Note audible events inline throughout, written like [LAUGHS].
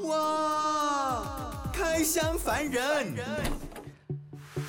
哇，开箱凡人，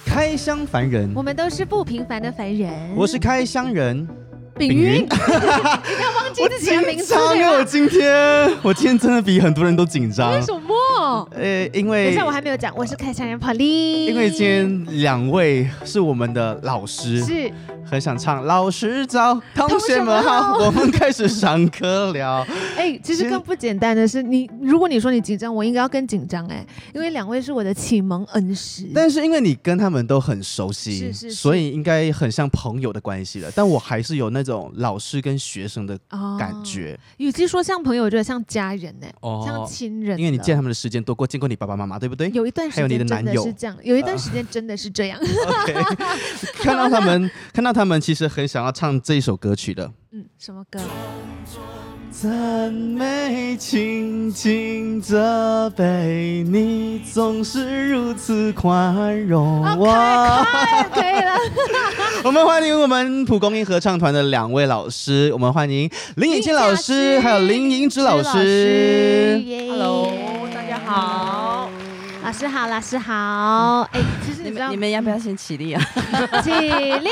开箱凡人我，们都是不平凡的凡人。我是开箱人。丙丙云云， [LAUGHS] 要忘记自己的名字我紧张对了，我今吧？天我今天真的比很多人都紧张为。什么？呃，因等为一下，我还没有讲，我是开箱人 Polly。因为今天两位是我们的老师，是很想唱“老师早，同学同们学们好好”，我们开始上课了。哎，其实先更不简单的是，你如果你说你紧张，我应该要更紧张哎，因为两位是我的启蒙恩师。但是因为你跟他们都很熟悉，是是是所以应该很像朋友的关系了。但我还是有那种老师跟学生的哦感，觉，与其说像朋友，我觉得像家人呢，哦像亲人了。因为你见他们的时间多过见过你爸爸妈妈，对不对？有一段还有时你的间真男的友嗯是这样，有一段时间真的是这样。 OK，看 [LAUGHS] 到他们，看到他们其实很想要唱这一首歌曲的。嗯，什么歌？赞美，轻轻责备，你总是如此宽容啊，我。快快，可以了。我们欢迎我们蒲公英合唱团的两位老师，我们欢迎林颖谦老师，还有林颖之老师。 Hello，大家好。嗯老师好，老师好。哎，其实你你知道们你们要不要先起立啊？起立，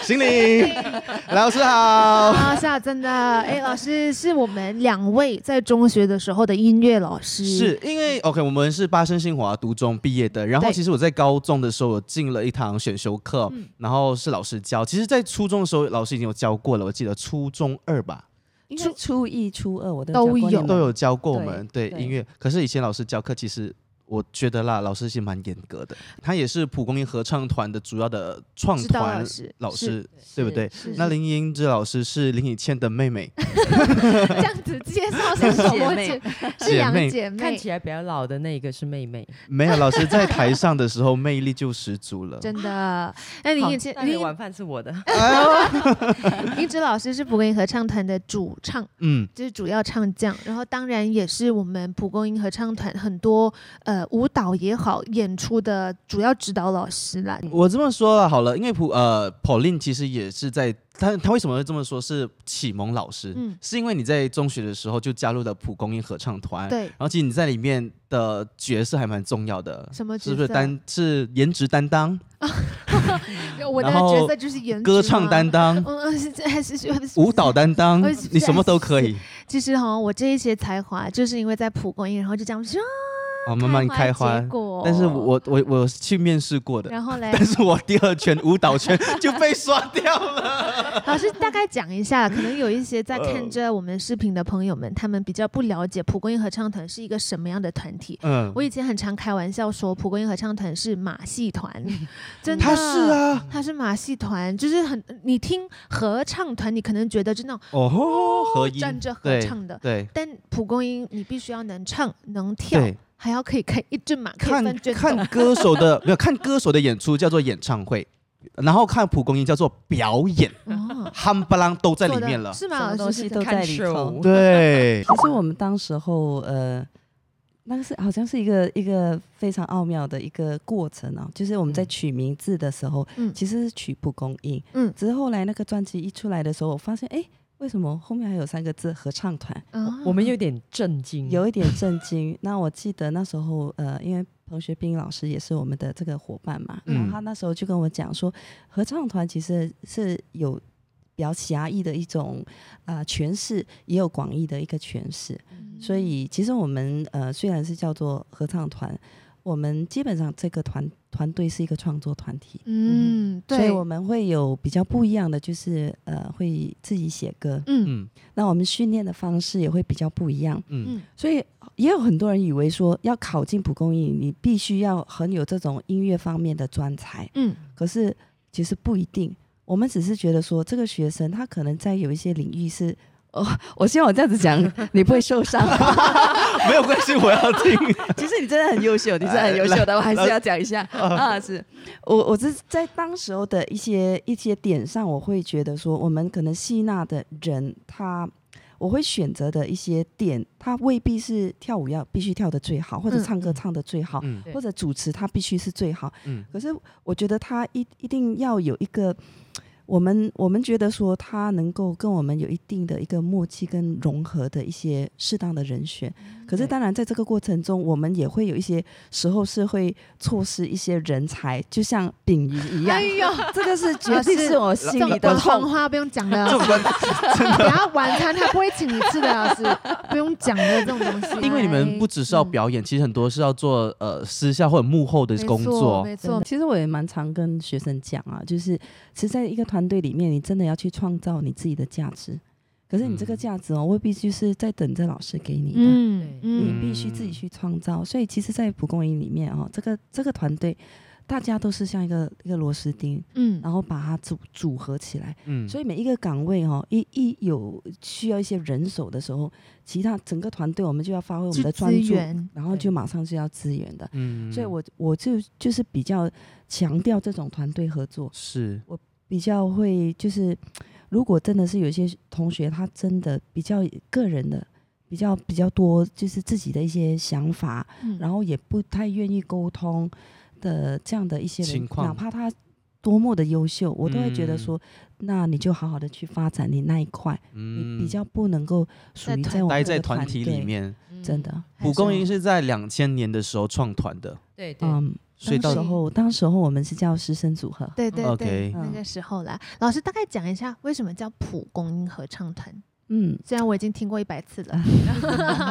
行李老师哦好。老师好，哦真的。哎，老师是我们两位在中学的时候的音乐老师，是因为 OK，我们是八生新华读中毕业的，然后对嗯其实我在高中的时候有进了一堂选修课，然后是老师教。其实，在初中的时候，老师已经有教过了，我记得初中二吧 [LAUGHS] 应该初一、初二我都都教过你有们都有教过我们对对对音乐。可是以前老师教课，其实我觉得啦，老师是蛮严格 [LAUGHS] 的。他也是蒲公英合唱团的主要的创指导团老师，老是 [LAUGHS] 师，对不对？是那林英之老师是林以倩的妹妹，这样子介绍是什么 [LAUGHS] 姐妹？是姐两妹姐妹，看起来比较老的那个是妹妹，没有老师在台上的时候 [LAUGHS] 魅力就十足了。真的。那林颖之好待会林晚饭是 [LAUGHS] 我的，林颖之老师是蒲公英合唱团的主唱。嗯，就是主要唱将，然后当然也是我们蒲公英合唱团很多呃舞蹈也好演出的主要指导老师啦。我这么说好了，因为普呃 Pauline 其实也是在他他为什么会这么说是启蒙老师？嗯是因为你在中学的时候就加入了蒲公英合唱团，对，然后其实你在里面的角色还蛮重要的，什么角色是不是担是颜值担当、我的然后角色就是颜值歌唱担嘛， [LAUGHS] 当、嗯，呃是还是是舞蹈。担当我是，你什么都可 [LAUGHS] 以。其实哈，我这一些才华就是因为在蒲公英，然后就这样说好，慢慢开花结。果但是我我我去面试过的，然后嘞，但是我第二圈舞蹈圈就被刷掉了。老师大概讲一下，可能有一些在呃看着我们视频的朋友们，他们比较不了解蒲公英合唱团是一个什么样的哦团体。嗯， [LAUGHS] 我以前很常开玩笑说，蒲公英合唱团是马戏团，真嗯的，他是，啊，它是马戏团，就是很你听合唱团，你可能觉得就那种哦吼，合音站着合对唱的，对。但蒲公英你必须要能唱能跳，对，还要可以开一只马，可以看翻卷 [LAUGHS] 走看歌手的没有看歌手的演出叫做演唱会，然后看蒲公英叫做表 [LAUGHS] 演，哦，夯不啷都 [LAUGHS] 在里做得面了。是什吗？么东老师西是都这在里头。哦对，其实我们当时候呃，那个是好像是一个一个非常奥妙的一个过程啊，就是我们在取名字的时候，嗯其实是取蒲公英，嗯只是后来那个专辑一出来的时候，我发现哎。诶为什么后面还有三个字合唱团？样啊我们有点震惊，有一点震惊。那我记得那时候，呃，因为彭学斌老师也是我们的这个伙伴嘛，嗯然后他那时候就跟我讲说，合唱团其实是有比较狭义的一种呃诠释，也有广义的一个诠释。嗯所以其实我们呃虽然是叫做合唱团，我们基本上这个团团队是一个创作团体。嗯，所以对，我们会有比较不一样的，就是呃，会自己写歌。嗯嗯那我们训练的方式也会比较不一样。嗯，嗯所以也有很多人以为说，要考进蒲公英，你必须要很有这种音乐方面的专才。嗯可是其实不一定，我们只是觉得说，这个学生他可能在有一些领域是。哦，我希望我这样子讲，你不会受伤。 [LAUGHS] 嗯没有关系，我要听。其实你真的很优呃秀，你真的很优秀的，我还是要讲一下嗯啊。是我，我是在当时候的一些一些点上，我会觉得说，我们可能吸纳的人，他我会选择的一些点，他未必是跳舞要必须跳的最好，或者嗯唱歌唱的最好， [LAUGHS] 嗯对或者主持他必须是最好。嗯可是我觉得他一一定要有一个。我们我们觉得说他能够跟我们有一定的一个默契跟融合的一些适当的人选，可是当然在这个过程中，我们也会有一些时候是会错失一些人才，就像丙仪一样，哎呦，这个是绝对是我 [LAUGHS] 心里的的谎痛。话不用讲 [LAUGHS] 的，这种啊关，等下晚餐他不会请你吃的，老师不用讲的这种东啊西。因为你们不只是要嗯表演，其实很多是要做呃私下或者幕后的没工错作。没错真的，其实我也蛮常跟学生讲啊，就是其实在一个团队里面，你真的要去创造你自己的价值。可是你这个嗯价值哦，未必就是在等着老师给你的。嗯你嗯必须自己去创造。所以其实，在蒲公英里面哦，这个这个团队，大家都是像一个一个螺丝钉，嗯，然后把它组组合起来。嗯，所以每一个岗位哦，一一有需要一些人手的时候，其他整个团队我们就要发挥我们的去专资注，源，然后就马上就要支援的。嗯所以我我就就是比较强调这种团队合作，是比较会就是，如果真的是有一些同学他真的比较个人的。比较比较多，就是自己的一些想法，嗯然后也不太愿意沟通的这样的一些情人，况哪怕他多么的优秀，我都会觉得说，那你就好好的去发展你那一块，嗯你比较不能够属于在团我们待这在个团体队里，面。嗯真的，蒲公英是在两千年的时候创团的，对对，嗯，所以当到时候当时候我们是叫师生组合，对对对 OK 那个时候啦。老师大概讲一下为什么叫蒲公英合唱团？嗯，虽然我已经听过一百次了，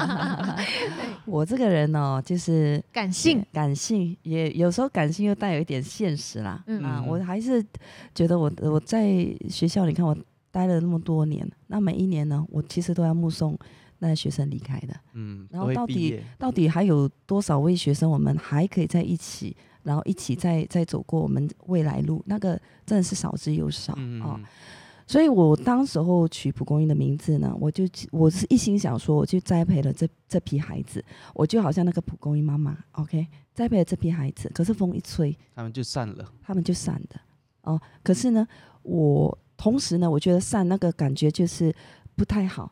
[LAUGHS] 我这个人哦，就是感性，感性，也有时候感性又带有一点现实啦。嗯啊，嗯我还是觉得我我在学校，你看我待了那么多年，那每一年呢，我其实都要目送那些学生离开的。嗯，都然后会到毕底业到底还有多少位学生，我们还可以在一起，然后一起再再走过我们未来路？那个真的是少之又少啊、嗯哦。所以我当时候取蒲公英的名字呢，我就我是一心想说，我去栽培了这这批孩子，我就好像那个蒲公英妈妈，OK，栽培了这批孩子，可是风一吹，他们就散了。他们就散的哦。可是呢，我同时呢，我觉得散那个感觉就是不太好，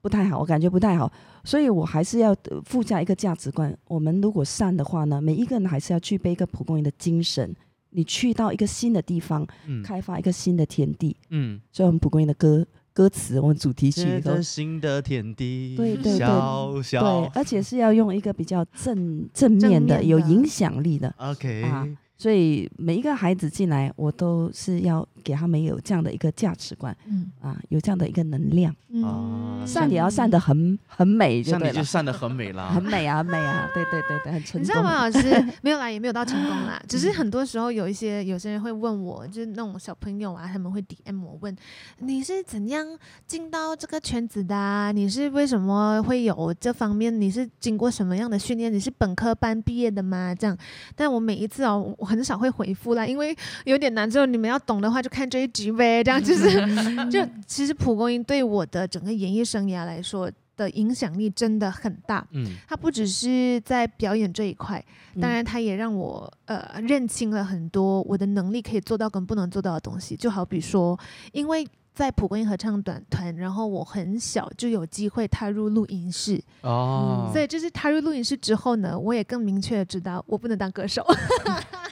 不太好，我感觉不太好，所以我还是要呃附加一个价值观。我们如果散的话呢，每一个人还是要具备一个蒲公英的精神。你去到一个新的地方，嗯开发一个新的天地，嗯，所以我们蒲公英的歌歌词，我们主题曲这都个新的天地，对对对小对小，而且是要用一个比较正正面的、正面的有影响力 [LAUGHS] 的。 ，OK，啊所以每一个孩子进来，我都是要给他们有这样的一个价值观嗯啊，有这样的一个能量。啊嗯，善也要善的很很美，就像对你了就，散的很美啦嗯很。美啊，很美啊，对对对对，很成你知道功。吗，老 [LAUGHS] 师没有啦，也没有到成功啦，只是很多时候有一些有些人会问我，就是那种小朋友啊，他们会 DM 我问你是怎样进到这个圈子的、啊，你是为什么会有这方面，你是经过什么样的训练，你是本科班毕业的吗？这样，但我每一次哦，我很少会回复啦，因为有点难，之后你们要懂的话就看这一集呗，这样就是 [LAUGHS] 就其实蒲公英对我的整个演艺生涯来说的影响力真的很大，嗯它不只是在表演这一块，当然它也让我呃认清了很多我的能力可以做到跟不能做到的东西。就好比说，因为在蒲公英合唱短团，然后我很小就有机会踏入录音室，哦，所以就是踏入录音室之后呢，我也更明确的知道我不能当歌手，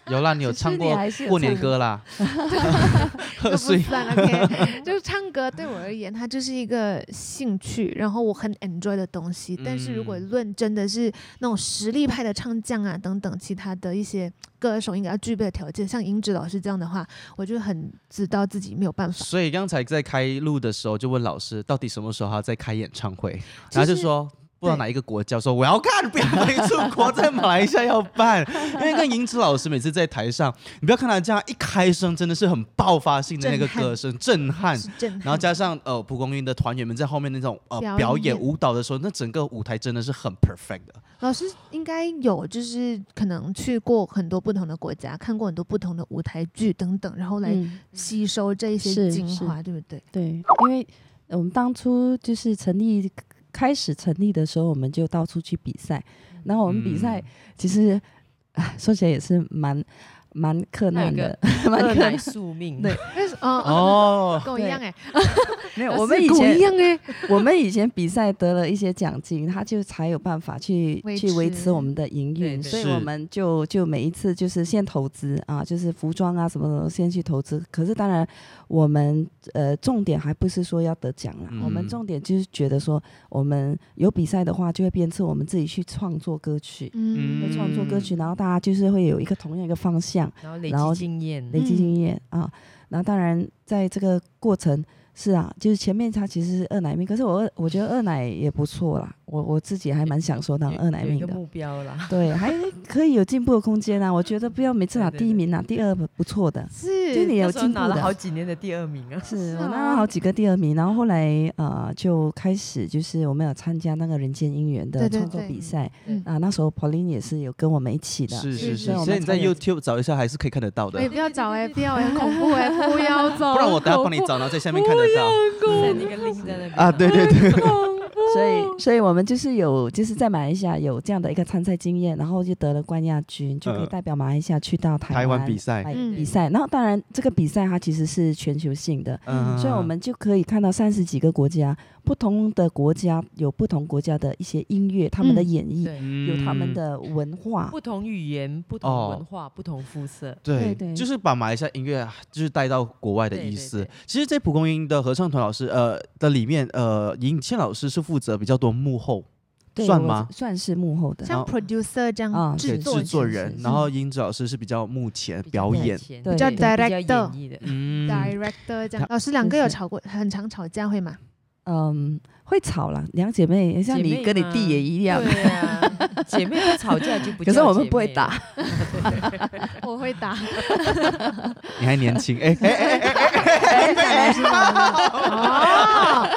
有啦，你有其实唱你过还是有过年唱歌 [LAUGHS] 啦，都 [LAUGHS] 贺不岁算 OK。就是唱歌对我而言，它就是一个兴趣，然后我很 enjoy 的东西。但是如果嗯论真的是那种实力派的唱将啊等等其他的一些歌手应该要具备的条件，像英子老师这样的话，我就很知道自己没有办法。所以刚才在开录的时候就问老师，到底什么时候他在开演唱会？其然后就实说。不知道哪一个国家说我要看，不要飞出国，在马来西亚要办，因为跟银子老师每次在台上，你不要看他这样一开声，真的是很爆发性的那个震撼歌声，震撼。是 [LAUGHS] 震撼，然后加上呃蒲公英的团员们在后面那种呃表表演演舞蹈的时候，那整个舞台真的是很 perfect 的。老师应该有，就是可能去过很多不同的国家，看过很多不同的舞台剧等等，然后来嗯，吸收这一些是精是华，对不对？对，因为呃我们当初就是成立开始成立的时候，我们就嗯到处去比赛，然后我们比赛啊嗯其实、唉说起来也是蛮蛮克还有难一的个， [LAUGHS] 蛮二克难奶。宿命，对为什哦哦，哦，跟我一样哎，没有，老我师们以跟前一样哎，我们以前比赛得了一些奖金，他就才有办法去维去维持持我们的营对运，对所以是我们就就每一次就是先投资啊，就是服装啊什么的先去投资。可是当然，我们呃重点还不是说要得奖啦，我们嗯重点就是觉得说，我们有比赛的话，就会鞭策我们自己去创作歌曲，嗯会创作歌曲，嗯然后大家就是会有一个同样一个方向。然后累然后积经验，累积嗯经验、啊。然后当然在这个过程是啊，就是前面他其实是二奶命，可是我二我觉得二奶也不错啦，我我自己还蛮享受当有二奶有一命个的。目标 [LAUGHS] 啦。对， [LAUGHS] 还可以有进步的空间啊！我觉得不要每次拿对对哦第一名拿第二不错的，就是你有那时候进步拿了好的。几年的第二名啊，是是我拿啊了好几个第二名，然后后来呃就开始就是我们有参加那个人间姻缘对的对创作对比赛嗯啊，那时候 Pauline 也是有跟我们一起的，是是是是是，我所以们你在才有 YouTube 找一下还是可以看得到的哎，，对不要找哎，对对对不要哎，很恐怖哎，不要走， [LAUGHS] 不然我等下帮你很恐怖。找，然后在下面看得到哦 [LAUGHS] 对，那个拎在那边啊，对对 [LAUGHS] 对，所哦以，所以我们就是有，就是在马来西亚有这样的一个参赛经验，然后就得了冠亚军，就可以代表马来西亚去到台台湾湾比赛，哎嗯比赛。然后，当然这个比赛它其实是全球性的，嗯，所以我们就可以看到三十几个国家，不同的国家有不同国家的一些音乐，他们的嗯演绎，对，嗯有他们的文化。不同语言、不同文化、不同肤色，对对对就是把马来西亚音乐啊就是带到国外的对意对思。对其实，在蒲公英的合唱团老师呃的里面，呃，尹倩老师是负责比较多幕后对算我吗算是幕后的然像后 producer 这啊样对制作制作人嗯人是，是然后英子老师是比较幕前比较表演，前对比叫较演 director 绎的，嗯， director 这样他。老师两个有就是吵过，很常吵架会吗？嗯，会吵啦，两姐妹像姐你妹跟你嘛弟也一样，对啊，姐妹不吵架就不，可是我们不会打。， [LAUGHS] [LAUGHS] 我会 [LAUGHS] 打，你还年轻，哎哎 [LAUGHS] 哎哎，哎老师好哦，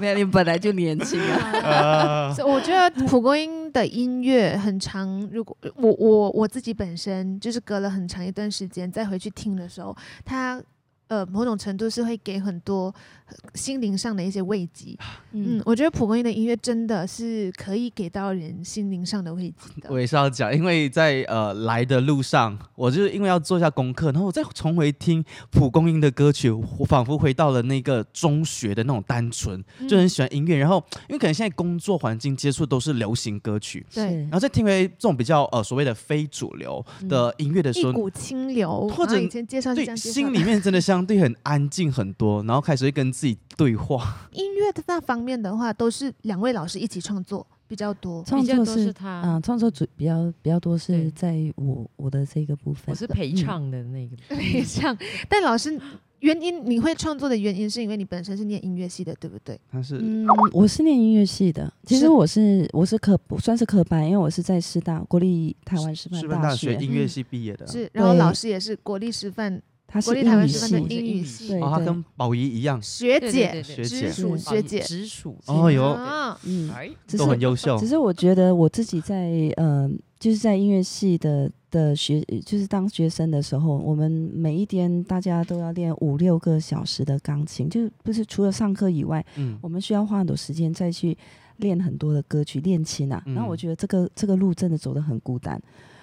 没有，你本来就年轻啊。呃所以我觉得蒲公英的音乐很长，如果我我我自己本身就是隔了很长一段时间再回去听的时候，它呃某种程度是会给很多呃心灵上的一些慰藉。嗯，我觉得蒲公英的音乐真的是可以给到人心灵上的慰藉的。我也是要讲，因为在呃来的路上，我就是因为要做一下功课，然后我再重回听蒲公英的歌曲，我仿佛回到了那个中学的那种单纯，嗯就很喜欢音乐。然后，因为可能现在工作环境接触都是流行歌曲，对嗯是然后再听回这种比较呃所谓的非主流的音乐的时嗯一候，股清流，或者啊以前介绍是这对样介绍 [LAUGHS] 心的里面真的相对很安静很多，然后开始会跟自己对话。音乐的那方面的话，都是两位老师一起创作比较多。创 [LAUGHS] 比较作多是是他，啊，创作主比较比较多对是在我我的这个部分，嗯我是陪唱的那个，对，这样。但老师，原因你会创作的原因是因为你本身是念音乐系的，对不对？他是、嗯。嗯，我是念音乐系的，其是实我是我是科我算是科班，因为我是在师大国立台湾师范师范大学，嗯音乐系毕业的，啊哦是。然后老对师也是国立师范、它国是立台英湾语师范系的是英英语语系对哦，他跟宝仪一样，学姐，学直姐属是学姐。直属哦哟啊，嗯，哎，只都很是优秀只。是我觉得我自己在呃，就是在音乐系的的学，就是当学生的时候，我们每一天大家都要练五六个小时的钢琴，就是不是除了上课以外，嗯，我们需要花很多时间再去练很多的歌曲，练琴啊。嗯然后我觉得这个这个路真的走得很孤单，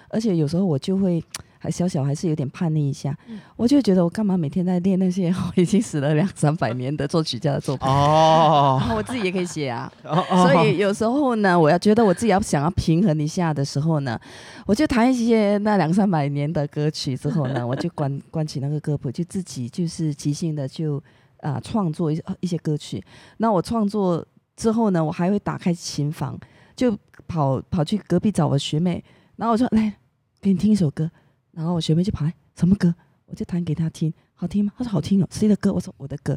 而且有时候我就会还小小还是有点叛逆一下，嗯我就觉得我干嘛每天在练那些 [LAUGHS] 我已经死了两三百年的作曲家的作品。哦然后我自己也可以写啊， [LAUGHS] 哦哦，所以有时候呢，我要觉得我自己要想要平衡一下的时候呢，我就弹一些那两三百年的歌曲之后 [LAUGHS] 呢，我就关关起那个歌谱，就自己就是即兴的就啊、创作一些一些歌曲。那我创作之后呢，我还会打开琴房，就跑跑去隔壁找我学妹，然后我说来给你听一首歌，然后我学妹就跑来什么歌，我就弹给她听。好听吗？她说好听哦，谁的歌？我说我的歌。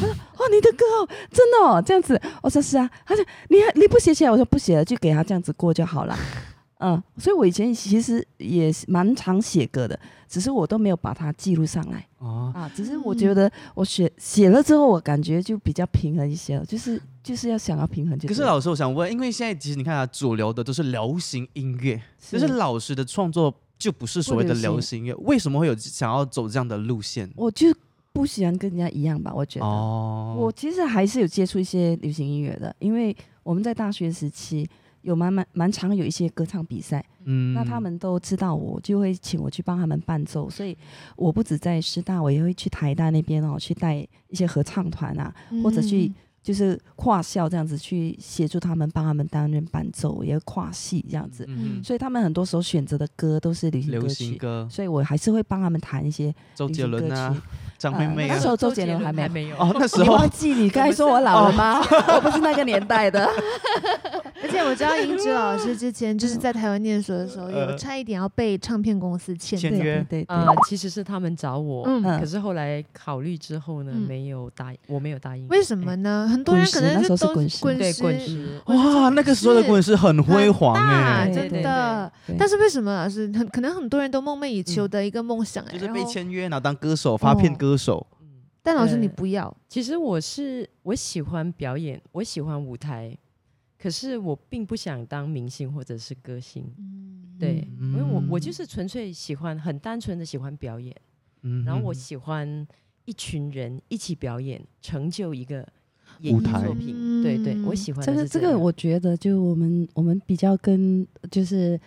她说哦，你的歌哦，真的哦，这样子。我说是啊。她说你你不写起来，我说不写了，就给她这样子过就好了。 [LAUGHS] 嗯，所以我以前其实也是蛮常写歌的，只是我都没有把它记录上来 [LAUGHS] 哦，啊。只是我觉得我写写了之后，我感觉就比较平衡一些了，就是就是要想要平衡就对可了。是老师，我想问，因为现在其实你看啊，主流的都是流行音乐，但是老师的创作就不是所谓的不流行流行音乐，为什么会有想要走这样的路线？我就不喜欢跟人家一样吧，我觉得。哦，我其实还是有接触一些流行音乐的，因为我们在大学时期有蛮蛮蛮常有一些歌唱比赛，嗯那他们都知道我，就会请我去帮他们伴奏，所以我不止在师大，我也会去台大那边哦，去带一些合唱团啊，或者去嗯就是跨校这样子去协助他们，帮他们担任伴奏，也跨系这样子。嗯所以他们很多时候选择的歌都是流行流歌行曲，歌，所以我还是会帮他们弹一些。周杰伦流行啊歌曲，呃张惠妹那啊时，候周杰伦还没还没有 [LAUGHS] [LAUGHS] 哦，那时你候忘记 [LAUGHS] 你刚才说我老哦了吗？ [LAUGHS] 我不是那个年代的。而且我知道英之老师之前就是在台湾念书的时候，有嗯呃差一点要被唱片公司欠签对走。约嗯对对对啊、其实是他们找我，嗯嗯可是后来考虑之后呢，嗯没有答应，我没有答应。哎为什么呢？很多人可能滚石那就时候是都滚石滚对，石滚石。哇，那个时候的滚石很辉煌很大哎，对真对的。对但是为什么老师很可能很多人都梦寐以求的一个梦想哎，就是然被后签约，然后当歌手，哦发片歌手，嗯但老师呃你不要，其实我是我喜欢表演，我喜欢舞台，可是我并不想当明星或者是歌星。嗯对，因为我我就是是纯粹喜欢，很单纯的喜欢表演，嗯然后哼我喜欢一群人一起表演，成就一个舞演艺台作品。对对，我喜欢这的个是这这个，样我觉得就我们我们比较跟就是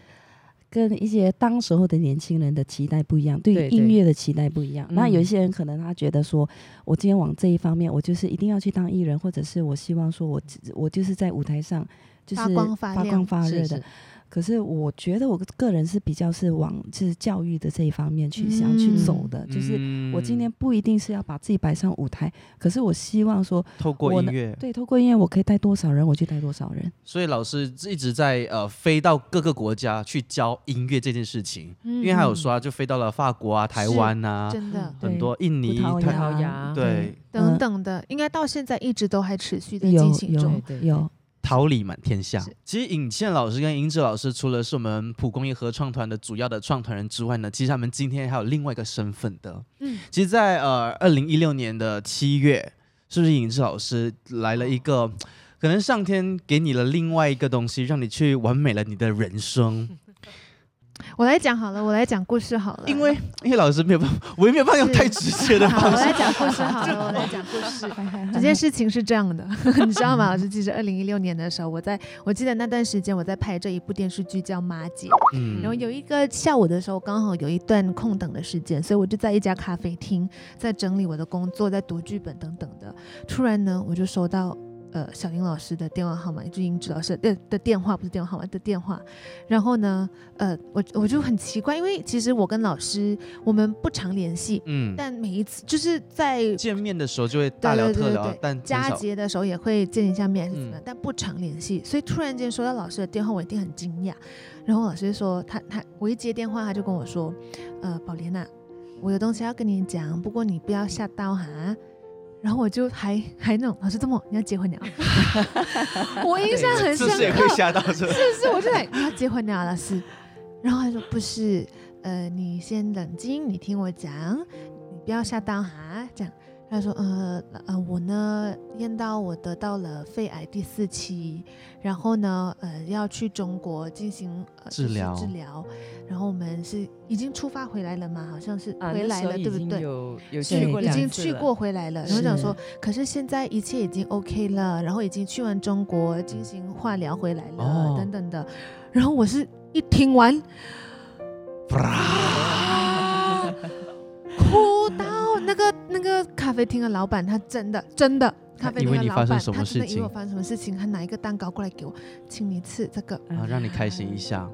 跟一些当时候的年轻人的期待不一样，对于对对音乐的期待不一样。那有嗯一些人可能他觉得说，我今天往这一方面，我就是一定要去当艺人，或者是我希望说我只我就是在舞台上就是发光发亮光发热是的。是可是我觉得我个人是比较是往就是教育的这一方面去想去走嗯的，就是我今天嗯不一定是要把自己摆上舞台，可是我希望说，透过我音呢乐，对，透过音乐我可以带多少人，我就带多少人。所以老师一直在呃飞到各个国家去教音乐这件事情，因为还嗯有说啊，就飞到了法国啊、台湾啊，嗯真的很多印尼、葡萄葡泰萄牙嗯牙对等等的，应该到现在一直都还持续的有进行中有。对对有，桃李满天下是。其实尹倩老师跟尹志老师，除了是我们蒲公英合创团的主要的创团人之外呢，其实他们今天还有另外一个身份的。嗯，其实在，呃二零一六年的七月，是不是尹志老师来了一个？哦可能上天给你了另外一个东西，让你去完美了你的人生。我来讲好了，我来讲故事好了，因为因为老师没有办法，我也没有办法用是太直接 [LAUGHS] 的好，方我来式。讲故事好哦了，我来讲故 [LAUGHS] 事。这件事情是这样的，你知道吗？老师，其实二零一六年的时候，我在我记得那段时间我在拍这一部电视剧叫《妈姐》，嗯然后有一个下午的时候，刚好有一段空档的时间，所以我就在一家咖啡厅在整理我的工作，在读剧本等等的。突然呢，我就收到呃小林老师的电话号码，就英子老师的的的电话，不是电话号码的电话。然后呢，呃，我我就很奇怪，因为其实我跟老师我们不常联系，嗯，但每一次就是在见面的时候就会大聊对对特对聊对，但很佳少节的时候也会见一下面还是怎么样，嗯但不常联系，所以突然间收到老师的电话，我一定很惊讶。然后老师就说他他我一接电话他就跟我说，呃，宝莲呐，我有东西要跟你讲，不过你不要吓到哈。然后我就还还那种老师这么你要结婚了， [LAUGHS] 我印象很 [LAUGHS] 这深是也刻会，吓到是吧？是不是？我就来你要结婚了，老师。然后他说不是，呃，你先冷静，你听我讲，你不要吓到哈。这样，他说呃呃，我呢验到我得到了肺癌第四期，然后呢呃要去中国进行、呃、治就是疗治疗，然后我们是已经出发回来了嘛，好像是啊，回那来时候了，已对不经对？有有对去过已两经次去了过回来了。然后是想说，可是现在一切已经 OK 了，然后已经去完中国进行化疗回来了，哦等等的。然后我是一听完， [LAUGHS] 哭到那个那个咖啡厅的老板，他真的真的。咖啡哎以厅为的你老发板，生什么他真的事以为我情发生什么事情，他拿一个蛋糕过来给我，请你吃这个。 [LAUGHS] 啊，让你开心一下。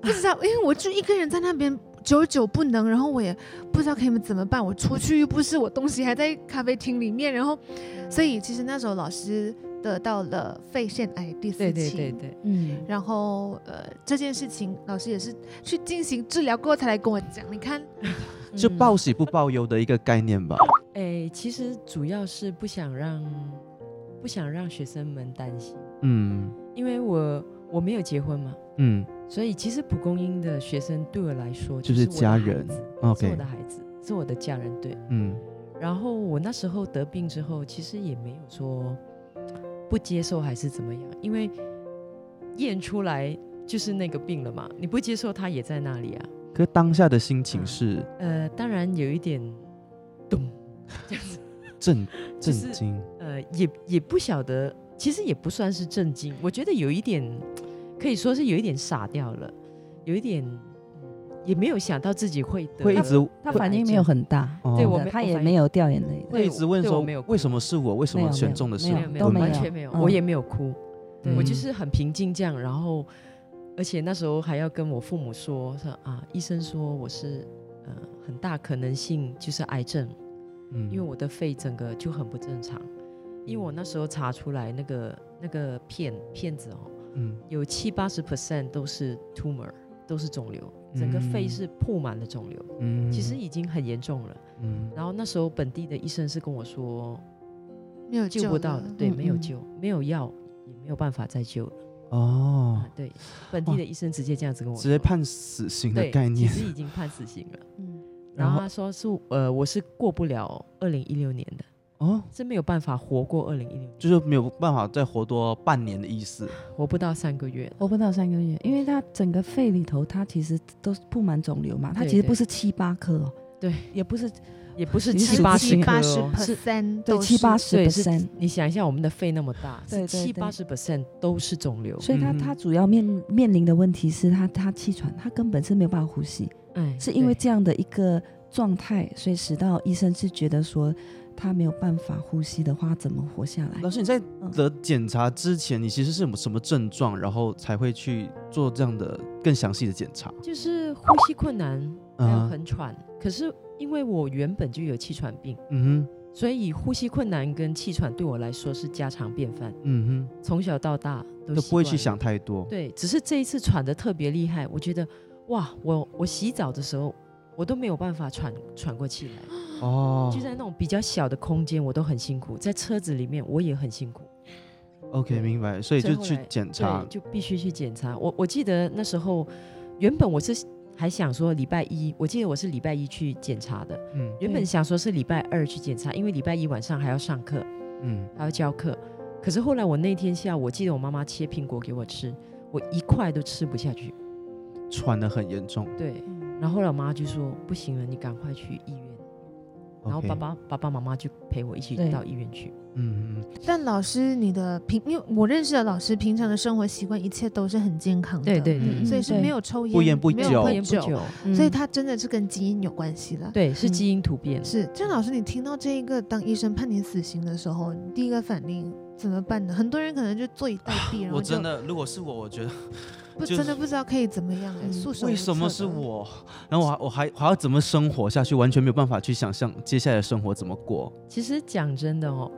不知道，因为我就一个人在那边，久久不能，然后我也不知道可以怎么办。我出去又不是，我东西还在咖啡厅里面，然后，所以其实那时候老师得到了肺腺癌第四期，对对对对，嗯，然后呃这件事情老师也是去进行治疗过后才来跟我讲。你看，就嗯报喜不报忧的一个概念吧。哎，其实主要是不想让不想让学生们担心，嗯因为我我没有结婚嘛，嗯所以其实蒲公英的学生对我来说就是是家我的孩人子是我，OK，的孩子，是我的家人。对，嗯然后我那时候得病之后，其实也没有说不接受还是怎么样，因为验出来就是那个病了嘛，你不接受它也在那里啊。可当下的心情是呃，当然有一点懂，这样子，震就震是惊，呃，也也不晓得，其实也不算是震惊，我觉得有一点可以说是有一点傻掉了，有一点嗯也没有想到自己会得会一直他会反癌应没有症很大，哦对我真的没他我也反没应有掉眼泪的，对会一直问对说我没有哭为什么是我，为什没么有选中的是没没我都有没有，没完有全没有，嗯我也没有哭，对我就是很平静这样，然后而且那时候还要跟我父母说说啊，医生说我是呃很大可能性就是癌症，嗯因为我的肺整个就很不正常，因为我那时候查出来那个那个片片子哦，嗯有七八十 percent 都是 tumor，都是肿瘤，整个肺嗯是铺满了肿瘤，嗯其实已经很严重了。嗯然后那时候本地的医生是跟我说没有救不到了了，对，嗯没有嗯救，没有药，也没有办法再救了。哦啊，对，本地的医生直接这样子跟我说，直接判死刑的嗯对概念其，实已经判死刑了。嗯然然后后他说是呃，我是过不了二零一六年的，哦，是没有办法活过二零一六年，就是没有办法再活多半年的意思。活不到三个月。活不到三个月，因为他整个肺里头，他其实都是布满肿瘤嘛，他对其实对不是七八颗哦，对，也不是也不是其实七八十七颗八十哦，是 percent 对七八十对是 percent，你想一下，我们的肺那么大，对是对七对八十 percent 都是肿瘤。所以他嗯他主要面面临的问题是他他气喘，他根本是没有办法呼吸，哎，是因为对这样的一个状态，所以使到医生是觉得说他没有办法呼吸的话，怎么活下来老？师，你在嗯得检查之前，你其实是有什么症状，然后才会去做这样的更详细的检查？就是呼吸困难，还有啊，很喘。可是因为我原本就有气喘病，嗯所以呼吸困难跟气喘对我来说是家常便饭，哼，嗯从小到大都哼，就不会习惯去了想太多。对，只是这一次喘得特别厉害，我觉得哇，我我洗澡的时候我都没有办法喘喘过气来，哦就在那种比较小的空间我都很辛苦，在车子里面我也很辛苦， ，OK，明白。所以所以就后去来检查对，，就必须去检查。我我记得那时候原本我是还想说礼拜一，我记得我是礼拜一去检查的，嗯原本对想说是礼拜二去检查，因为礼拜一晚上还要上课，嗯，还要教课。可是后来我那天下午，我记得我妈妈切苹果给我吃，我一块都吃不下去。喘得很严重。对，然后后来我妈就说不行了，你赶快去医院。然后 OK 爸，爸爸爸妈妈就陪我一起对到医院去。嗯嗯，但老师，你的平，因为我认识的老师，平常的生活习惯一切都是很健康的，对嗯所以是对没有抽烟，不烟不没有酒不喝烟不酒，所以他真的是跟基因有关系了。对，是嗯基因突变。是郑老师，你听到这一个当医生判你死刑的时候，你第一个反应怎么办呢？很多人可能就坐以待 [SIGHS] 毙，然后我就真的，如果是我，我觉得不就是真的不知道可以怎么样哎，[LAUGHS] 嗯束手为无什么是策的？我？然后我还我还还要怎么生活下去？完全没有办法去想象接下来的生活怎么过。其实讲真的哦，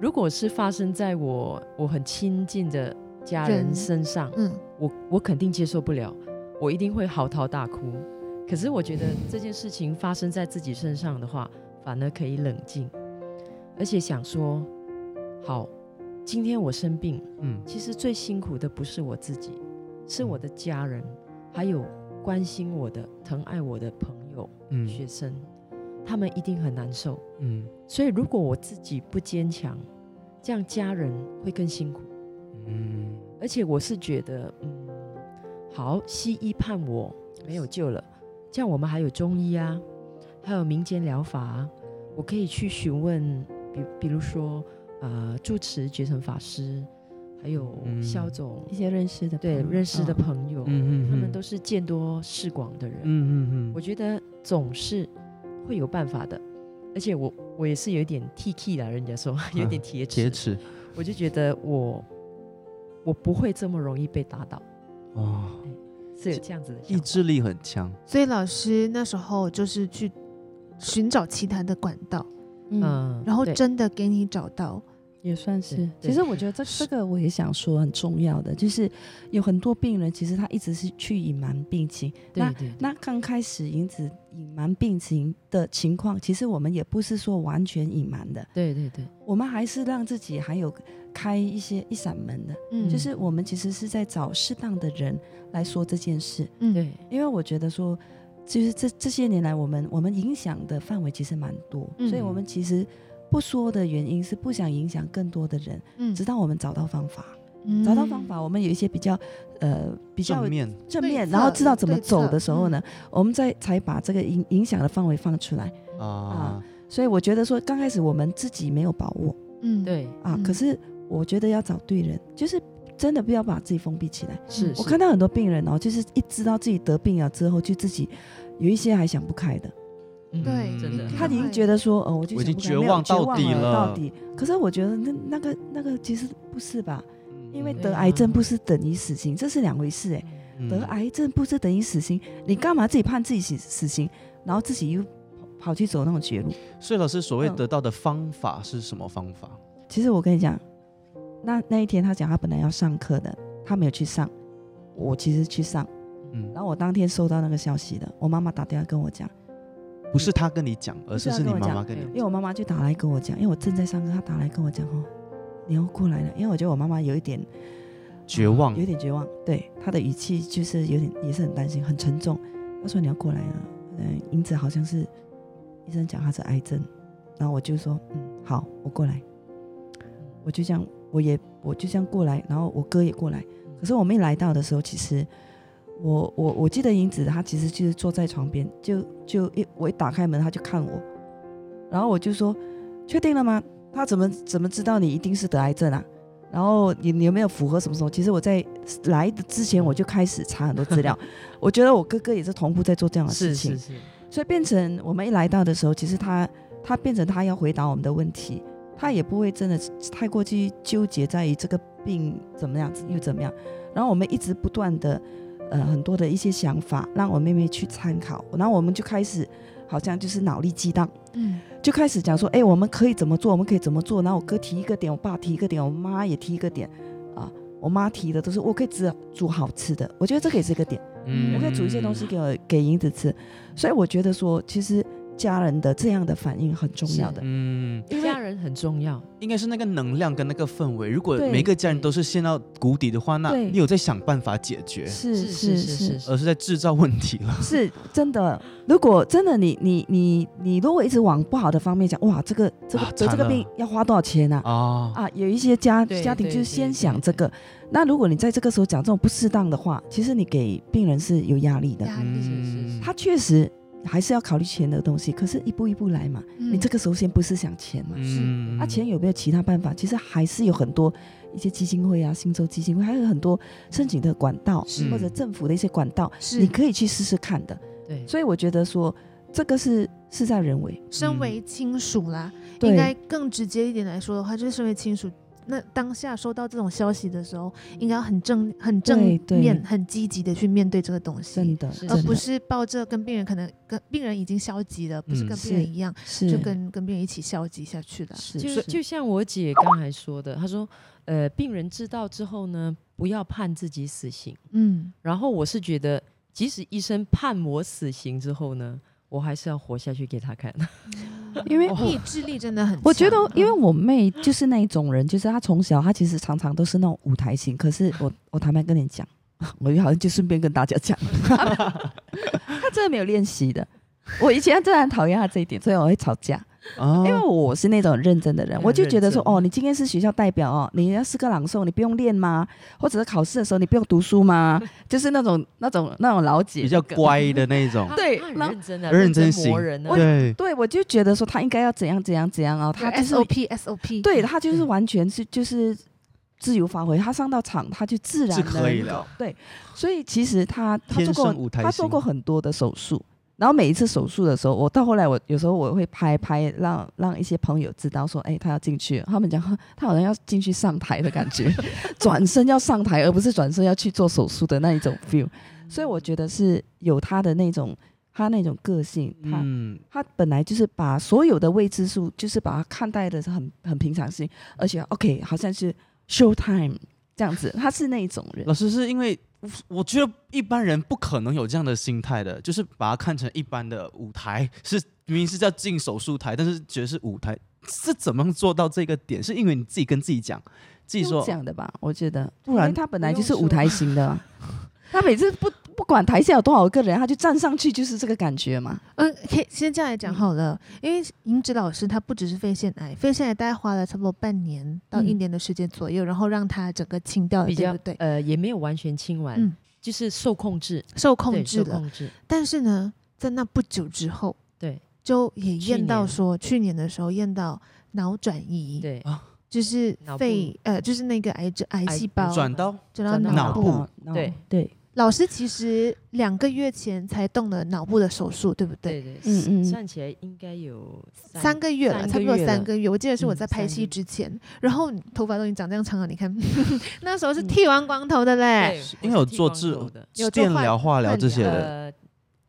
如果是发生在我我很亲近的家人人身上，嗯，我我肯定接受不了，我一定会嚎啕大哭。可是我觉得这件事情发生在自己身上的话，反而可以冷静，而且想说，好，今天我生病，嗯其实最辛苦的不是我自己，是我的家人，还有关心我的、疼爱我的朋友、嗯学生，他们一定很难受。嗯所以如果我自己不坚强，这样家人会更辛苦。嗯，而且我是觉得，嗯，好，西医判我没有救了，这样我们还有中医啊，还有民间疗法、啊，我可以去询问，比比如说，呃，住持觉尘法师，还有嗯肖总，一些认识的对朋友认识的嗯朋友，嗯嗯，他们都是见多识广的人，嗯嗯嗯，我觉得总是会有办法的。而且我我也是有一点 T K 啦，人家说有啊点铁齿，铁齿我就觉得我我不会这么容易被打倒，哇，是有这样子的想哦意法志力很强。所以老师那时候就是去寻找其他的管道，嗯，嗯，然后对真的给你找到，也算是。对其实我觉得这是这个我也想说很重要的，就是有很多病人其实他一直是去隐瞒病情，对对那刚开始因此隐瞒病情的情况，其实我们也不是说完全隐瞒的，对对对，我们还是让自己还有开一些一扇门的，嗯，就是我们其实是在找适当的人来说这件事，嗯对因为我觉得说，就是这这些年来，我们我们影响的范围其实蛮多，嗯所以我们其实不说的原因是不想影响更多的人，嗯直到我们找到方法，嗯找到方法，我们有一些比较呃比较正面，正对面，策然后知道怎么对策嗯走的时候呢，我们再才把这个影影响的范围放出来。啊，所以我觉得说，刚开始我们自己没有把握嗯，对啊，嗯可是我觉得要找对人，就是真的不要把自己封闭起来。是我是看到很多病人哦，就是一知道自己得病了之后，就自己有一些还想不开的，嗯对真的嗯一定他已经会觉得说，哦，我就我已经想不绝开没有望到绝望底了，了到底。可是我觉得那那个那个其实不是吧？因为对得啊癌症不是等于死刑，这是两回事哎、嗯得癌症不是等于死刑，你干嘛自己判自己死死刑，然后自己又跑跑去走那种绝路？所以老师所谓嗯得到的方法是什么方法？其实我跟你讲，那那一天他讲他本来要上课的，他没有去上，我其实去上，嗯，然后我当天收到那个消息的，我妈妈打电话跟我讲，不是他跟你讲，而是不是是你他跟我妈讲嗯妈跟你对因为我妈妈就打来跟我讲，因为我正在上课，她打来跟我讲哦，你要过来了，因为我觉得我妈妈有一点绝望有，点绝望，对她的语气就是有点也是很担心，很沉重。她说你要过来了，嗯，英子好像是医生讲她是癌症，然后我就说嗯好，我过来，我就这样，我也我就这样过来，然后我哥也过来。可是我们一来到的时候，其实我我我记得英子她其实就是坐在床边，就就一我一打开门，她就看我，然后我就说确定了吗？她怎么怎么知道你一定是得癌症啊？然后你你有没有符合什么什么？其实我在来的之前我就开始查很多资 [LAUGHS] 料，我觉得我哥哥也是同步在做这样的事是情是，是，所以变成我们一来到的时候，其实他他变成他要回答我们的问题，他也不会真的太过去纠结在于这个病怎么样又怎么样。然后我们一直不断的呃很多的一些想法，让我妹妹去参考，然后我们就开始好像就是脑力激荡，嗯，就开始讲说，哎，我们可以怎么做，我们可以怎么做。然后我哥提一个点，我爸提一个点，我妈也提一个点，啊，我妈提的都是我可以煮煮好吃的，我觉得这个也是一个点。嗯我可以煮一些东西给我给银子吃，所以我觉得说，其实家人的这样的反应很重要的，嗯，因为家人很重要，应该是那个能量跟那个氛围。如果对每个家人都是陷到谷底的话，那对你有在想办法解决，是是是是是而是在制造问题 [LAUGHS] 了。是真的。如果真的你你你你如果一直往不好的方面讲，哇，这个这个啊得这惨个了病要花多少钱啊？啊，啊，有一些家哦对家庭对就是对对先想这对个。那如果你在这个时候讲这种不适当的话，其实你给病人是有压力的。压力，嗯他确实还是要考虑钱的东西，可是一步一步来嘛。嗯你你这个时候先不是想钱嘛？嗯啊，钱有没有其他办法？其实还是有很多一些基金会啊、新洲基金会，还有很多申请的管道是或者政府的一些管道，是你可以去试试看的。对，所以我觉得说这个是事在人为，身为亲属啦，嗯对应该更直接一点来说的话，就是身为亲属，那当下收到这种消息的时候，应该要很正、很正对对面、很积极的去面对这个东真西，的，是真而的不是抱着跟病人可能跟病人已经消极了，不是嗯跟是病人一样，是就跟跟病人一起消极下去的。是就是就像我姐刚才说的，她说，呃，病人知道之后呢，不要判自己死刑。嗯，然后我是觉得，即使医生判我死刑之后呢，我还是要活下去给他看。因为哦意志力真的很强，我觉得，因为嗯我妹就是那一种人，就是她从小她其实常常都是那种舞台型。可 [LAUGHS] 是我我坦白跟你讲， [LAUGHS] 我好像就顺便跟大家讲， [LAUGHS] 她真的没有练习的。 [LAUGHS] 我以前真的很讨厌她这一点，所以我会吵架。啊，因为我是那种很认真的人，嗯我就觉得说认，真哦，你今天是学校代表哦，你要诗歌朗诵，你不用练吗？或者是考试的时候你不用读书吗？ [LAUGHS] 就是那种那种那种老姐比较。乖的那种她，对她很然后认真的，认真真型磨人啊。对，对，我就觉得说她应该要怎样怎样怎样哦，她就是 SOP SOP，对她就是完全是就是自由发挥，她上到场她就自然是可以能的。对，所以其实她她天做生过舞台她型，做过很多的手术，然后每一次手术的时候，我到后来我有时候我会拍拍，让让一些朋友知道说，哎，他要进去了，他们讲 [LAUGHS] 哈他好像要进去上台的感觉， [LAUGHS] 转身要上台，而不是转身要去做手术的那一种 feel。所以我觉得是有他的那种他那种个性，他、嗯，他本来就是把所有的未知数，就是把它看待的是很很平常心，而且 OK 好像是 show time 这样子，他是那一种人。老师是因为我觉得一般人不可能有这样的心态的，就是把它看成一般的舞台，是明明是叫进手术台，但是觉得是舞台，是怎么样做到这个点？是因为你自己跟自己讲，自己用说讲的吧，我觉得，不然因为他本来不就用是说舞台型的啊，他每次不不管台下有多少个人，他就站上去就是这个感觉嘛。嗯，可以先这样来讲好了，因为银植老师他不只是肺腺癌，肺腺癌大概花了差不多半年到一嗯年的时间左右，然后让他整个清掉了，比对较不对？呃，也没有完全清完，嗯就是受控制，受对控制受了。控制，但是呢，在那不久之后，对就也去验到年说，去年的时候验到脑转移，对，就是脑部肺呃，就是那个癌症癌癌细胞转到转到转到脑脑部。部对啊对，老师其实两个月前才动了脑部的手术，对不对？对对，嗯嗯算起来应该有三个月了，三差个不月多了三个月。我记得是我在嗯拍戏三个月之前，然后你头发都已经长这样长了，你看 [LAUGHS] 那时候是剃完光头的嘞。对，因为有我是剃做光治头的，有做电化疗、化疗化这些的。呃，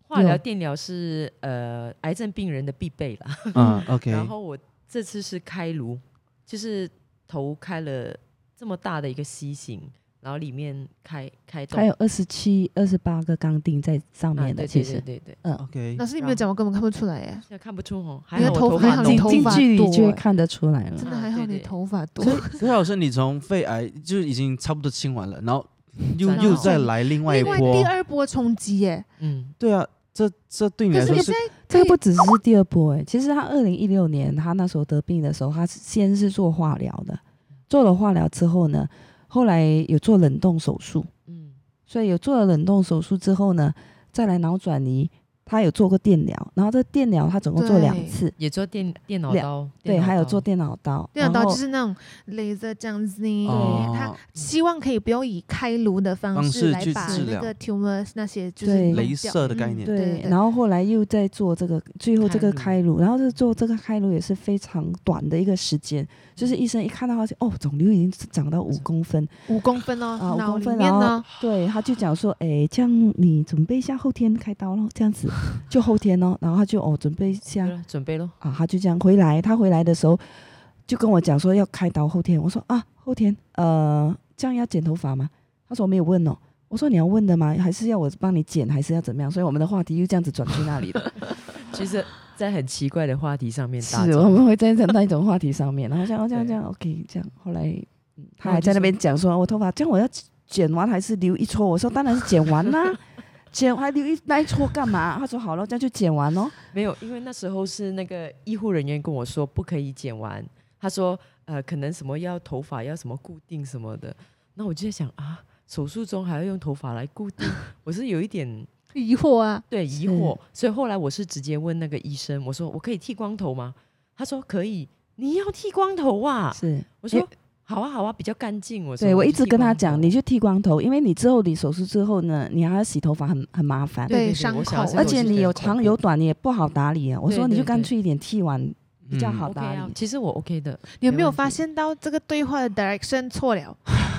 化疗、有电疗是呃癌症病人的必备啦。嗯，OK， [LAUGHS] 然后我这次是开颅，就是头开了这么大的一个 C 型，然后里面开开洞还有二十七、二十八个钢钉在上啊面的，对其对实对对对， OK，老师你没有讲，我根本看不出来耶，现在看不出红，还你的好我头头发还好发哎你近浓头近发距离就多会欸看得出来了。真的还好对你对头发多所。以所以老师你从肺癌就已经差不多清完了，然后又转到又再来另外一另外第波，二波冲击耶，嗯，对啊，这这对你来可说是你是这个不只是第二波哎、其实他二零一六年他那时候得病的时候，他是先是做化疗的，做了化疗之后呢，后来有做冷冻手术，嗯，所以有做了冷冻手术之后呢，再来脑转移，他有做过电疗，然后这电疗他总共做对两次，也做电电脑两刀，对，电脑还有刀做电脑刀，电脑然刀后啊就是那种 laser 这样子呢，哦他希望可以不用以开颅的方方式式来去把治那疗个 tumor 那些就是对弄镭掉射的概嗯念对对对然后后来又在做这个，最后这个开开颅，然后这做这个开颅也是非常短的一个时间，就是医生一看到他就哦，肿瘤已经长到五公分，五公分啊哦，五脑公里分面然后呢，对，他就讲说，哎，这样你准备一下后天开刀咯，这样子就后天咯，然后他就哦准备一下对了准备咯，啊，他就这样回来，他回来的时候就跟我讲说要开刀后天，我说啊后天呃这样要剪头发吗？他说我没有问哦。我说你要问的吗？还是要我帮你剪，还是要怎么样？所以我们的话题又这样子转去那里了。就是在很奇怪的话题上面打是，我架。们会在那一种话题上面，然后这样这样这样，OK，这样。后来嗯他还在那边讲说，我头发这样我要剪完还是留一撮？我说当然是剪完 [LAUGHS] 啦、剪还留一那一撮干嘛？他说好了，这样就剪完咯。没有，因为那时候是那个医护人员跟我说不可以剪完，他说呃可能什么要头发要什么固定什么的，那我就在想啊，手术中还要用头发来固定，我是有一点疑惑啊，对疑惑，所以后来我是直接问那个医生，我说我可以剃光头吗？他说可以，你要剃光头 [LAUGHS] 啊？是，我说因好啊好啊，比较干净。我说对我就一直剃跟他光头讲，你就剃光头，因为你之后你手术之后呢，你还要洗头发很，很麻烦。对对伤我想要口这而个且是你很有恐长怖有短，你也不好打理啊。我对说你对就干对脆一点剃完比较嗯好 OK 打理。啊，其实我 OK 的。你有没有问题发现到这个对话的 direction 错了？ [LAUGHS]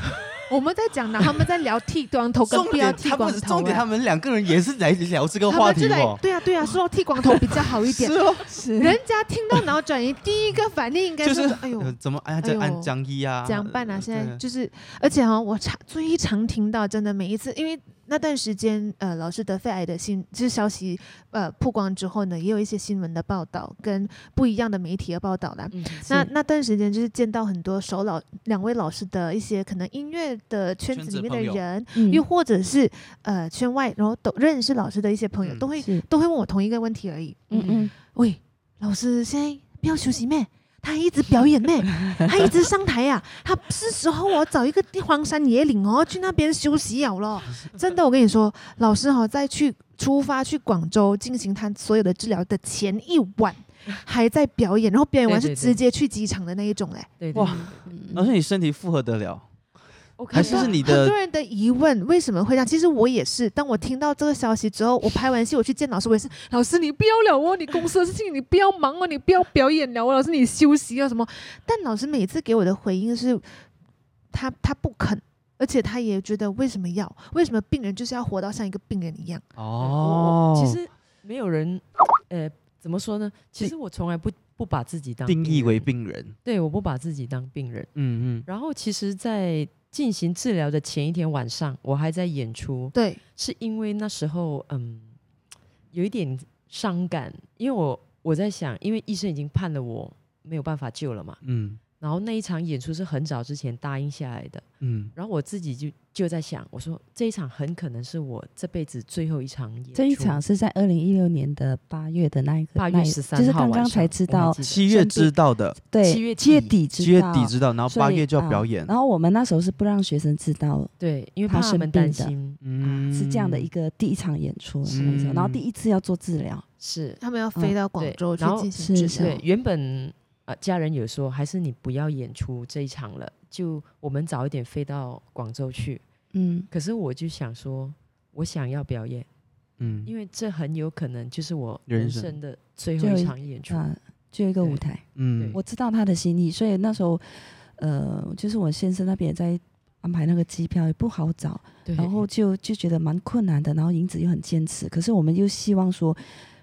我们在讲，然后他们在聊剃光头跟重不要点，剃他光们是头重点，啊，他们两个人也是来聊这个他话们题就来哦。对啊对啊，说剃光头比较好一 [LAUGHS] 点是。哦，人家听到脑转移，第一个反应应该就是说哎 [LAUGHS] 呦呃，怎么按哎这呦按江一啊？怎样办啊？呃现在对就是，而且哈、我常最常听到，真的每一次，因为那段时间，呃，老师得肺癌的新就是消息，呃，曝光之后呢，也有一些新闻的报道跟不一样的媒体的报道啦。嗯，那是那段时间就是见到很多首老两位老师的一些可能音乐的圈圈子子里面的朋友人，嗯又或者是呃圈外，然后都认识老师的一些朋友，嗯都会是都会问我同一个问题而已。嗯嗯喂，老师现在不要休息咩？他一直表演 [LAUGHS] 咩？他一直上台呀、啊他是时候我找一个地荒山野岭哦，去那边休息好 [LAUGHS] 了。真的，我跟你说，老师哈、在去出发去广州进行他所有的治疗的前一 [LAUGHS] 晚。还在表演，然后表演完对对是直接去机场的那一种嘞。对哇哇嗯老师你身体负荷得了， ，OK，还是啊是你很的多人的疑问为什么会这样？其实我也是，当我听到这个消息之后，我拍完戏我去见老师，我也是，老师你不要了哦，你公司的事情你不要忙哦，你不要表演了哦，老师你休息啊什么？但老师每次给我的回应是，他他不肯。而且他也觉得为什么要？为什么病人就是要活到像一个病人一样？哦？其实没有人，呃，怎么说呢？其实我从来不不把自己当定义人为，病人，对，我不把自己当病人。嗯嗯，然后其实，在进行治疗的前一天晚上，我还在演出，对，是因为那时候嗯，有一点伤感，因为我我在想，因为医生已经判了我没有办法救了嘛。嗯然后那一场演出是很早之前答应下来的，嗯，然后我自己就就在想，我说这一场很可能是我这辈子最后一场演出。这一场是在二零一六年的八月的那一个，八那一月十三号就是刚晚刚上才知我道还，记得七月知道的，对，七月七月底底知道，七月底知道，然后所以八月就要啊表演，然后我们那时候是不让学生知道，对，因为他怕他生们病担的心，嗯，是这样的一个第一场演出，是那时候然后第一次要做治疗，是他们要飞到广州去然后进行治是哦疗对。。原本呃家人有说，还是你不要演出这一场了，就我们早一点飞到广州去。嗯可是我就想说，我想要表演，嗯，因为这很有可能就是我人人生生的最后最后一一场演出。啊，就有一个嗯对舞台，嗯，我知道他的心意，所以那时候，呃，就是我先生那边也在安排那个机票，也不好找，对，然后就就觉得蛮困难的。然后银子又很坚持，可是我们又希望说，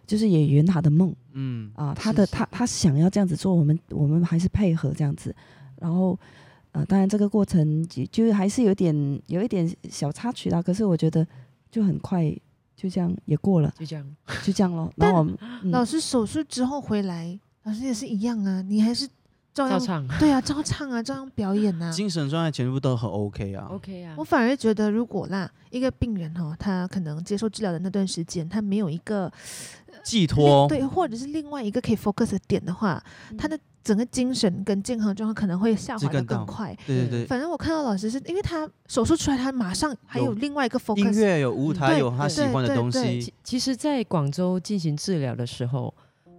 就是也圆他的梦嗯啊，他是的是他他想要这样子做，我们我们还是配合这样子。然后，呃，当然这个过程就就还是有点有一点小插曲啦，可是我觉得就很快就这样也过了，就这样，就这样咯。但然后我们、嗯老师手术之后回来，老师也是一样啊，你还是照照样唱。 [LAUGHS] 对啊，照唱啊，照样表演啊。精神状态全部都很 OK 啊。 OK 啊我，反而觉得，如果啦，一个病人哦，他可能接受治疗的那段时间，他没有一个寄另托，对，或者是另外一个可以 focus 的点的话，嗯他的整个精神跟健康状况可能会下滑这的更更大快。对对对，反正我看到老师是因为他手术出来，他马上还有有另外一个音 focus，乐有舞嗯台对有他喜对欢的对东对西，其实，在广州进行治疗的时候，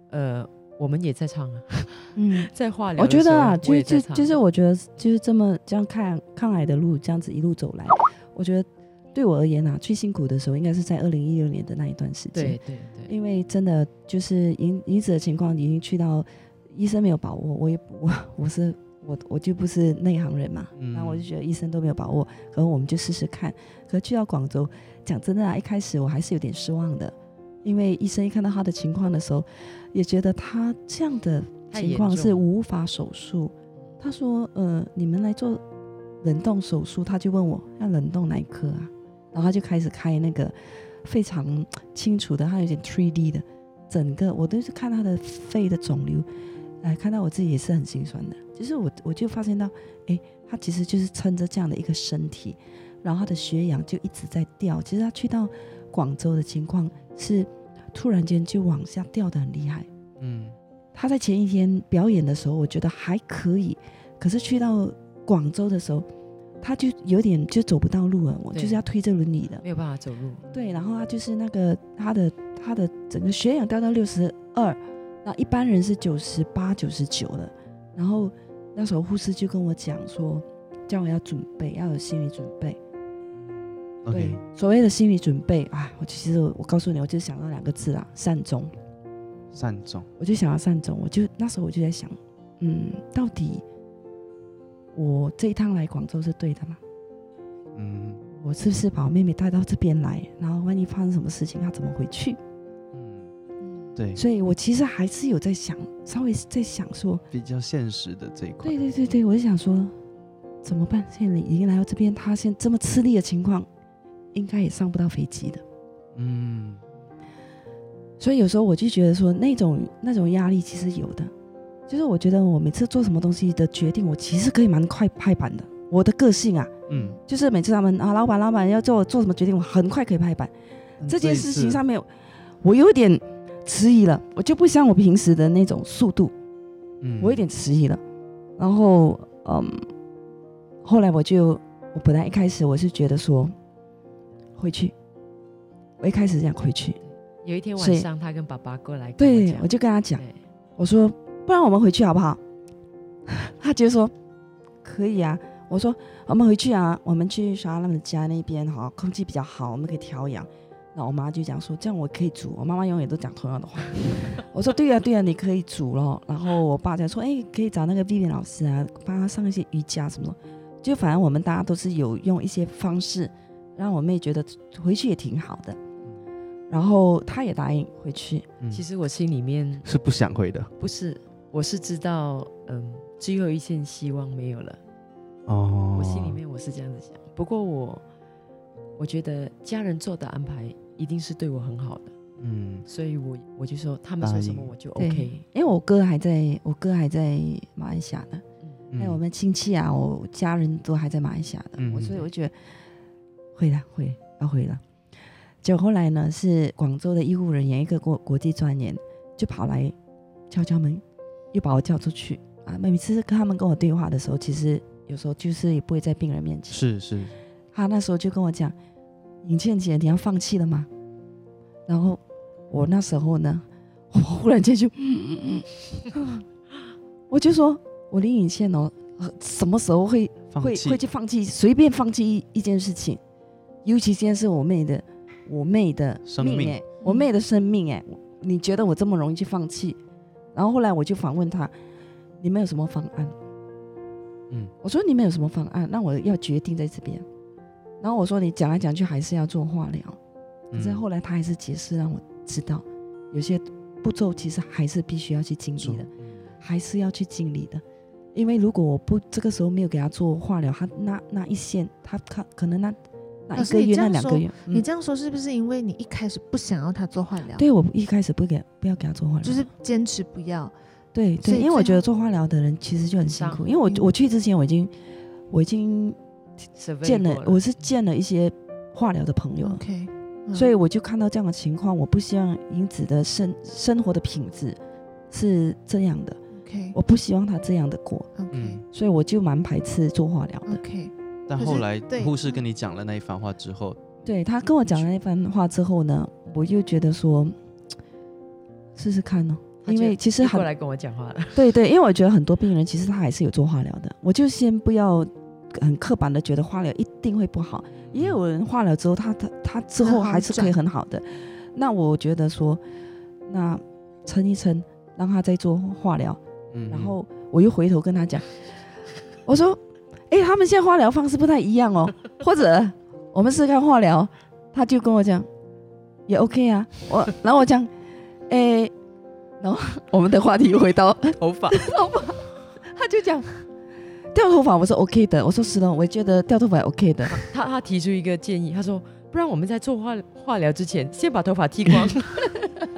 呃，我们也在唱啊， [LAUGHS] 嗯。在化疗我的时觉候。得啊，就也在就唱就是我觉得就是这么这样看抗癌的路，这样子一路走来，我觉得对我而言啊，最辛苦的时候应该是在二零一六年的那一段时对间，对对，因为真的就是银银子的情况已经去到医生没有把握，我也我 [LAUGHS] 我是我我就不是内行人嘛，嗯然后我就觉得医生都没有把握，可能我们就试试看。可是去到广州，讲真的啊，一开始我还是有点失望的，因为医生一看到他的情况的时候，也觉得他这样的太情严况是重无法手术。他说：“呃，你们来做冷冻手术。”他就问我要冷冻哪一颗啊？然后他就开始开那个非常清楚的，他有点 3D 的，整个我都是看他的肺的肿瘤，哎，看到我自己也是很心酸的。就是我我就发现到，哎，他其实就是撑着这样的一个身体，然后他的血氧就一直在掉。其实他去到广州的情况是突然间就往下掉的很厉害。嗯他在前一天表演的时候，我觉得还可以，可是去到广州的时候，他就有点就走不到路了，我对就是要推着轮椅的。没有办法走路。对，然后他就是那个他的他的整个血氧掉到六十二，那一般人是九十八、九十九的。然后那时候护士就跟我讲说，叫我要准备，要有心理准备。对，OK，，所谓的心理准备啊，我其实我我告诉你，我就想到两个字啊，善终。善终，我就想要善终，我就那时候我就在想，嗯，到底我这一趟来广州是对的吗？嗯我是不是把我妹妹带到这边来？然后万一发生什么事情，她怎么回去？嗯，嗯对，所以我其实还是有在想，稍微在想说，比较现实的这一块对，对对对，我就想说怎么办？现在已经来到这边，她现在这么吃力的情况，应该也上不到飞机的。嗯所以有时候我就觉得说，那种那种压力其实有的，就是我觉得我每次做什么东西的决定，我其实可以蛮快拍板的。我的个性啊，嗯，就是每次他们啊，老板老板要做做什么决定，我很快可以拍板。嗯这件事情一次上面，我有点迟疑了，我就不像我平时的那种速度，嗯我有点迟疑了。然后，嗯，后来我就，我本来一开始我是觉得说，回去，我一开始想回去，有一天所晚以上，他跟爸爸过来跟对讲，我就跟他讲，对我说不然我们回去好不好？ [LAUGHS] 他就说可以啊。我说我们回去啊，我们去小阿他们家那边哈，空气比较好，我们可以调养。然后我妈就讲说，这样我可以煮。我妈妈永远都讲同样的话。 [LAUGHS] 我说对呀、对呀、啊你可以煮咯。然后我爸讲说，哎，可以找那个 Vivian 老师啊，帮他上一些瑜伽什么的。就反正我们大家都是有用一些方式，让我妹觉得回去也挺好的。然后她也答应回去。嗯其实我心里面是不想回的不是，我是知道，嗯，最后一线希望没有了。哦，我心里面我是这样子想，不过我我觉得家人做的安排一定是对我很好的，嗯所以我我就说他们说什么答应我就对 OK。因为我哥还在，我哥还在马来西亚呢，嗯，嗯还有我们亲戚啊，我家人都还在马来西亚的，嗯我嗯所以我觉得会啦，会要会啦。结果后来呢，是广州的医护人员，一个国国际专员，就跑来敲敲门，又把我叫出去啊。每次跟他们跟我对话的时候，其实有时候就是也不会在病人面前，是是他那时候就跟我讲：“尹倩姐，你要放弃了吗？”然后我那时候呢，我忽然间就，嗯嗯嗯 [LAUGHS] 我就说，我林允宪哦，呃什么时候会放会弃会去放弃，随便放弃一一件事情，尤其现在是我妹的，我妹的生命命哎、我妹的生命哎、你觉得我这么容易去放弃？然后后来我就反问她，你们有什么方案？嗯，我说你们有什么方案？那我要决定在这边。然后我说你讲来讲去还是要做化疗，可是嗯后来她还是解释让我知道，有些步骤其实还是必须要去经历做的。还是要去经历的。因为如果我不这个时候没有给他做化疗，他那那一线，他他可能那那老一师个你月这那样两说个月，你嗯、这样说是不是因为你一开始不想要他做化疗？，对我一开始不给不要给他做化疗，就是坚持不要。对所对，以因为我最觉后得做化疗的人其实就很辛伤苦，因为我嗯我去之前我已经我已经 survey 见了过，我是见了一些化疗的朋友了， OK，嗯所以我就看到这样的情况，我不希望银子的生生活的品质是这样的， OK 我不希望他这样的过， OK 嗯，所以我就蛮排斥做化疗的。 OK，但可后是来对护士跟你讲了那一番话之后，对他跟我讲了那番话之后呢，我就觉得说，试试看呢、他因就为其实又过很来跟我讲话了， [LAUGHS] 对对，因为我觉得很多病人其实他还是有做化疗的，我就先不要很刻板的觉得化疗一定会不好，也有嗯人化疗之后他他他之很后好还是可以转很好的。那我觉得说，那撑一撑，让他再做化疗，嗯，然嗯后我又回头跟他讲，我说：“哎、他们现在化疗方式不太一样哦，或者我们试试看化疗。”他就跟我讲也 OK 啊，我然后我讲，哎、然后我们的话题又回到头发，头发，他就讲掉头发我是 OK 的，我说是的，我觉得掉头发也 OK 的，他他提出一个建议，他说：“不然我们在做化化疗之前，先把头发剃光。”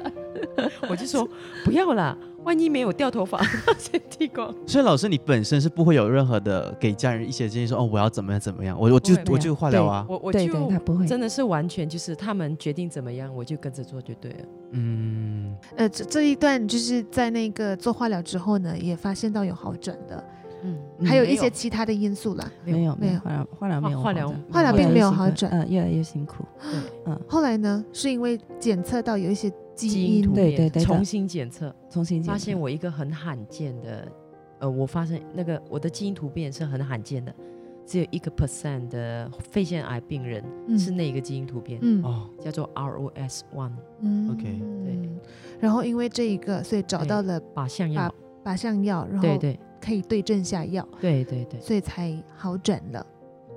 [LAUGHS] 我就说：“不要啦，万一没有掉头发， [LAUGHS] 先剃光。所以老师你本身是不会有任何的给家人一些建议说哦我要怎么样怎么样，我我就不会不我会就化疗啊，我”我对就对，他不会，真的是完全就是他们决定怎么样，我就跟着做就对了。嗯，呃，这这一段就是在那个做化疗之后呢，也发现到有好转的，嗯，嗯还有没一些有其他的因素啦。没有没没有有化疗化疗没有化疗转化疗越来并越没有辛苦好转嗯、越来越辛苦，嗯后来呢，是因为检测到有一些基因突对对变对重新检测，重新发现我我一个很罕见的，呃，我发现那个我的基因突变是很罕见的，只有一个 percent 的肺腺癌病人嗯是那个基因突变，嗯哦，叫做 ROS one 嗯 OK，嗯然后因为这一个，所以找对到了靶向药。靶向药，然对后对可以对症下药，对对对，所以才好转了，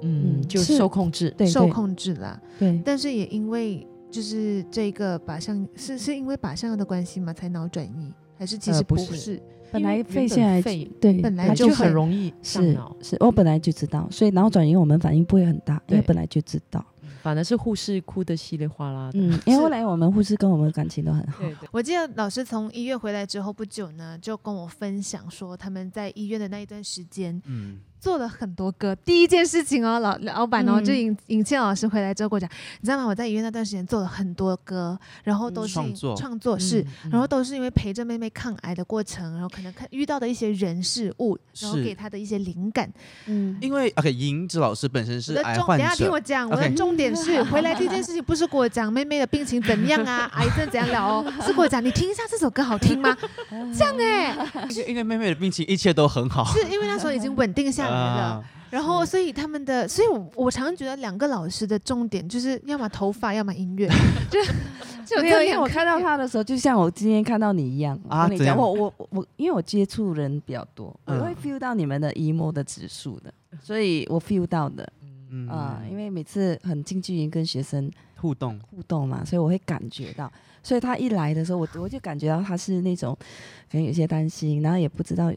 嗯，嗯就是受控制。对受对控制了。对但是也因为就是这个靶向是是因为靶向药的关系吗？才脑转移，还是其呃实不不是是？本因为来原肺本腺癌肺对本来它就就很会容易上是脑，是我本来就知道，所以脑转移我们反应不会很大，因为对本来就知道。反而是护士哭的稀里哗啦的。嗯， [LAUGHS] 因为是后来我们护士跟我们感情都很好。对对，我记得老师从医院回来之后不久呢，就跟我分享说，他们在医院的那一段时间嗯，做了很多歌。第一件事情哦，老老板哦，嗯就尹尹倩老师回来之后跟我讲，你知道吗？我在医院那段时间做了很多歌，然后都嗯是创作创哦作是。嗯，嗯然后都是因为陪着妹妹抗癌的过程，然后可能看遇到的一些人事物，然后是给她的一些灵感。嗯，因为 OK 银子老师本身我是的癌重啊患等一下听我者，讲，我的 OK 重点是回来这件事情不是跟我讲妹妹的病情怎 [LAUGHS] 样啊，癌症怎样了哦，是跟我讲你听一下这首歌好听吗？这样哎、因为因为妹妹的病情一切都很好，是因为那时候已经稳定下来了，啊然后所以他们的，所以我我常常觉得两个老师的重点就是 [LAUGHS] 要么头发，要么音 [LAUGHS] 乐，就就没这有，因为两我个看到他的时候，就像我今天看到你一样。啊我跟你怎样讲，我我我我，因为我接触人比较多，我嗯会 feel 到你们的 emo 的指数的，所以我 feel 到的嗯啊、呃因为每次很近距离跟学生互动，互动嘛，所以我会感觉到。所以他一来的时候，我我就感觉到他是那种可能有些担心，然后也不知道，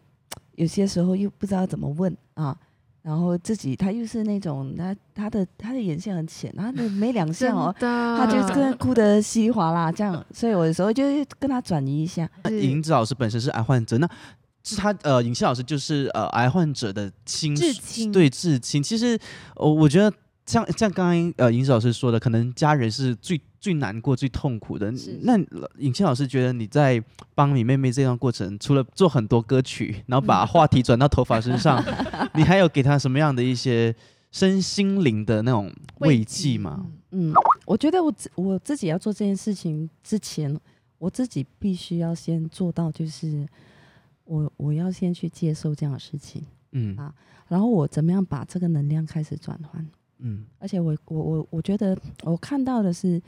有些时候又不知道怎么问啊。然后自己他又是那种他他的他的眼线很浅，他的没两 [LAUGHS] 真下哦，的，他就跟哭得稀里哗啦这样，所以我有时候就跟他转移一下。那银子老师本身是癌患者，那是他呃，尹希老师就是呃癌患者的亲至属亲对至亲。其实呃，我觉得像像刚刚呃尹子老师说的，可能家人是最最难过、最痛苦的。是那呃尹希老师觉得你在帮你妹妹这段过程，除了做很多歌曲，然后把话题转到头发身上，你还有给她什么样的一些身心灵的那种慰藉吗？嗯嗯，我觉得我自我自己要做这件事情之前，我自己必须要先做到，就是我我要先去接受这样的事情，嗯啊然后我怎么样把这个能量开始转换？嗯而且我我我我觉得我看到的是，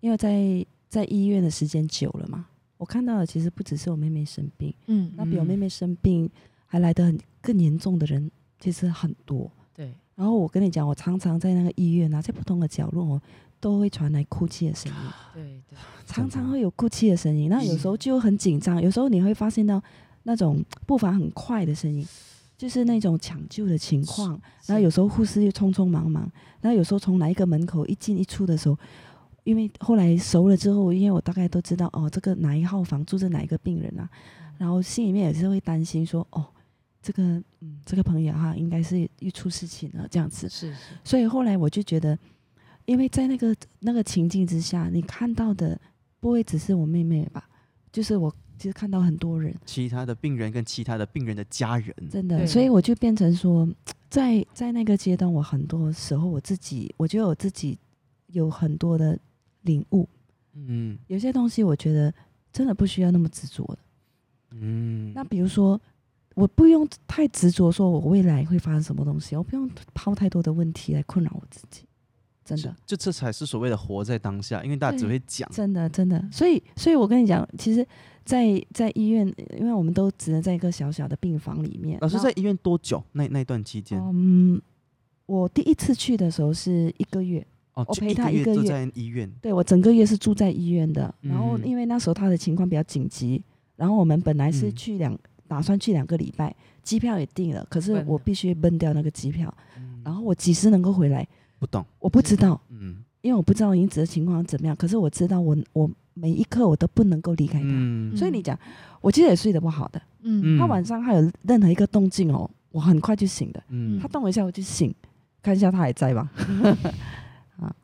因为在在医院的时间久了嘛，我看到的其实不只是我妹妹生病，嗯那比我嗯妹妹生病还来得很更严重的人其实很多。对，然后我跟你讲，我常常在那个医院啊，在不同的角落哦，都会传来哭泣的声音，对对，常常会有哭泣的声音。那有时候就很紧张，有时候你会发现到那种步伐很快的声音，就是那种抢救的情况。然后有时候护士又匆匆忙忙，然后有时候从哪一个门口一进一出的时候，因为后来熟了之后，因为我大概都知道哦，这个哪一号房住着哪一个病人啊，然后心里面也是会担心说哦。这个嗯，这个朋友哈、应该是又出事情了这样子，[LAUGHS] 是是，所以后来我就觉得，因为在那个那个情境之下，你看到的不会只是我妹妹吧？就是我其实看到很多人，其他的病人跟其他的病人的家人，真对的，所以我就变成说，在在那个阶段，我很多时候我自己，我觉得我自己有很多的领悟，嗯有些东西我觉得真的不需要那么执着的。嗯，那比如说，我不用太执着，说我未来会发生什么东西，我不用抛太多的问题来困扰我自己，真的。就这才是所谓的活在当下，因为大家只对会讲，真的，真的，所以，所以我跟你讲，其实在，在医院，因为我们都只能在一个小小的病房里面。老师然后在医院多久？那那段期间嗯，我第一次去的时候是一个月，哦，我就陪一他个一月个就月在医院，对我整个月是住在医院的。然后，嗯因为那时候他的情况比较紧急，然后我们本来是嗯去两，打算去两个礼拜，机票也订了，可是笨我了必须崩掉那个机票。嗯然后我几时能够回来，不懂，我不知道，嗯因为我不知道银子的情况怎么样。可是我知道我，我每一刻我都不能够离开他。嗯所以你讲，我其实也睡得不好的。嗯他晚上还有任何一个动静哦，我很快就醒的。嗯他动一下我就醒，看一下他还在吧。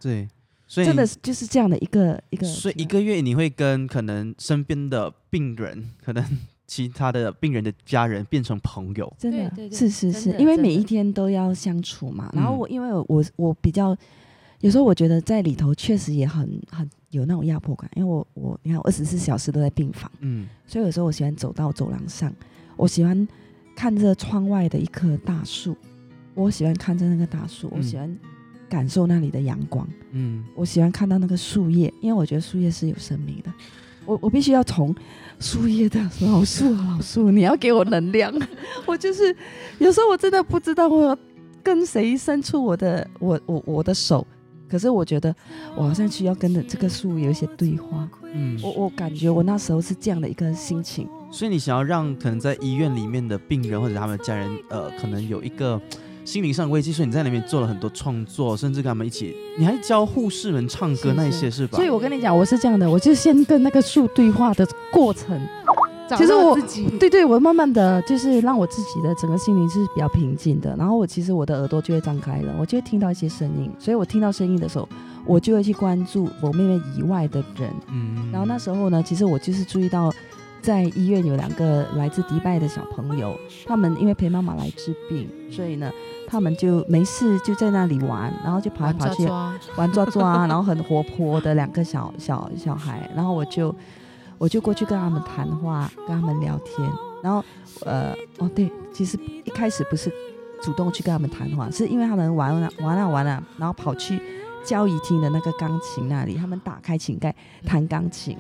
对，所以真的你是就是这样的一个一个，所以一个月你会跟可能身边的病人，可能其他的病人的家人变成朋友，真对的对对是是真是，的因为真的每一天都要相处嘛。然后嗯我因为我我比较有时候我觉得在里头确实也很很有那种压迫感，因为我我你看二十四小时都在病房，嗯所以有时候我喜欢走到走廊上，我喜欢看着窗外的一棵大树，我喜欢看着那个大树，我嗯喜欢感受那里的阳光。嗯我喜欢看到那个树叶，因为我觉得树叶是有生命的。我我必须要从树叶的老树啊老树，你要给我能量。 [LAUGHS] 我就是有时候我真的不知道我要跟谁伸出我的我我我的手，可是我觉得我好像需要跟着这个树有一些对话。嗯，我我感觉我那时候是这样的一个心情，所以你想要让可能在医院里面的病人或者他们的家人，呃，可能有一个心灵上的慰藉，所以你在里面做了很多创作，甚至跟他们一起，你还教护士们唱歌是那一是些是吧？所以我跟你讲，我是这样的，我就先跟那个树对话的过程。找其实到我自己对对，我慢慢的就是让我自己的整个心灵是比较平静的，然后我其实我的耳朵就会张开了，我就会听到一些声音，所以我听到声音的时候，我就会去关注我妹妹以外的人。嗯，然后那时候呢，其实我就是注意到，在医院有两个来自迪拜的小朋友，他们因为陪妈妈来治病，所以呢，他们就没事就在那里玩，然后就跑来跑去，抓，玩抓抓，然后很活泼的两个小小小孩，然后我就我就过去跟他们谈话，跟他们聊天，然后呃哦对，其实一开始不是主动去跟他们谈话，是因为他们玩了玩啊玩啊，然后跑去交谊厅的那个钢琴那里，他们打开琴盖弹钢琴，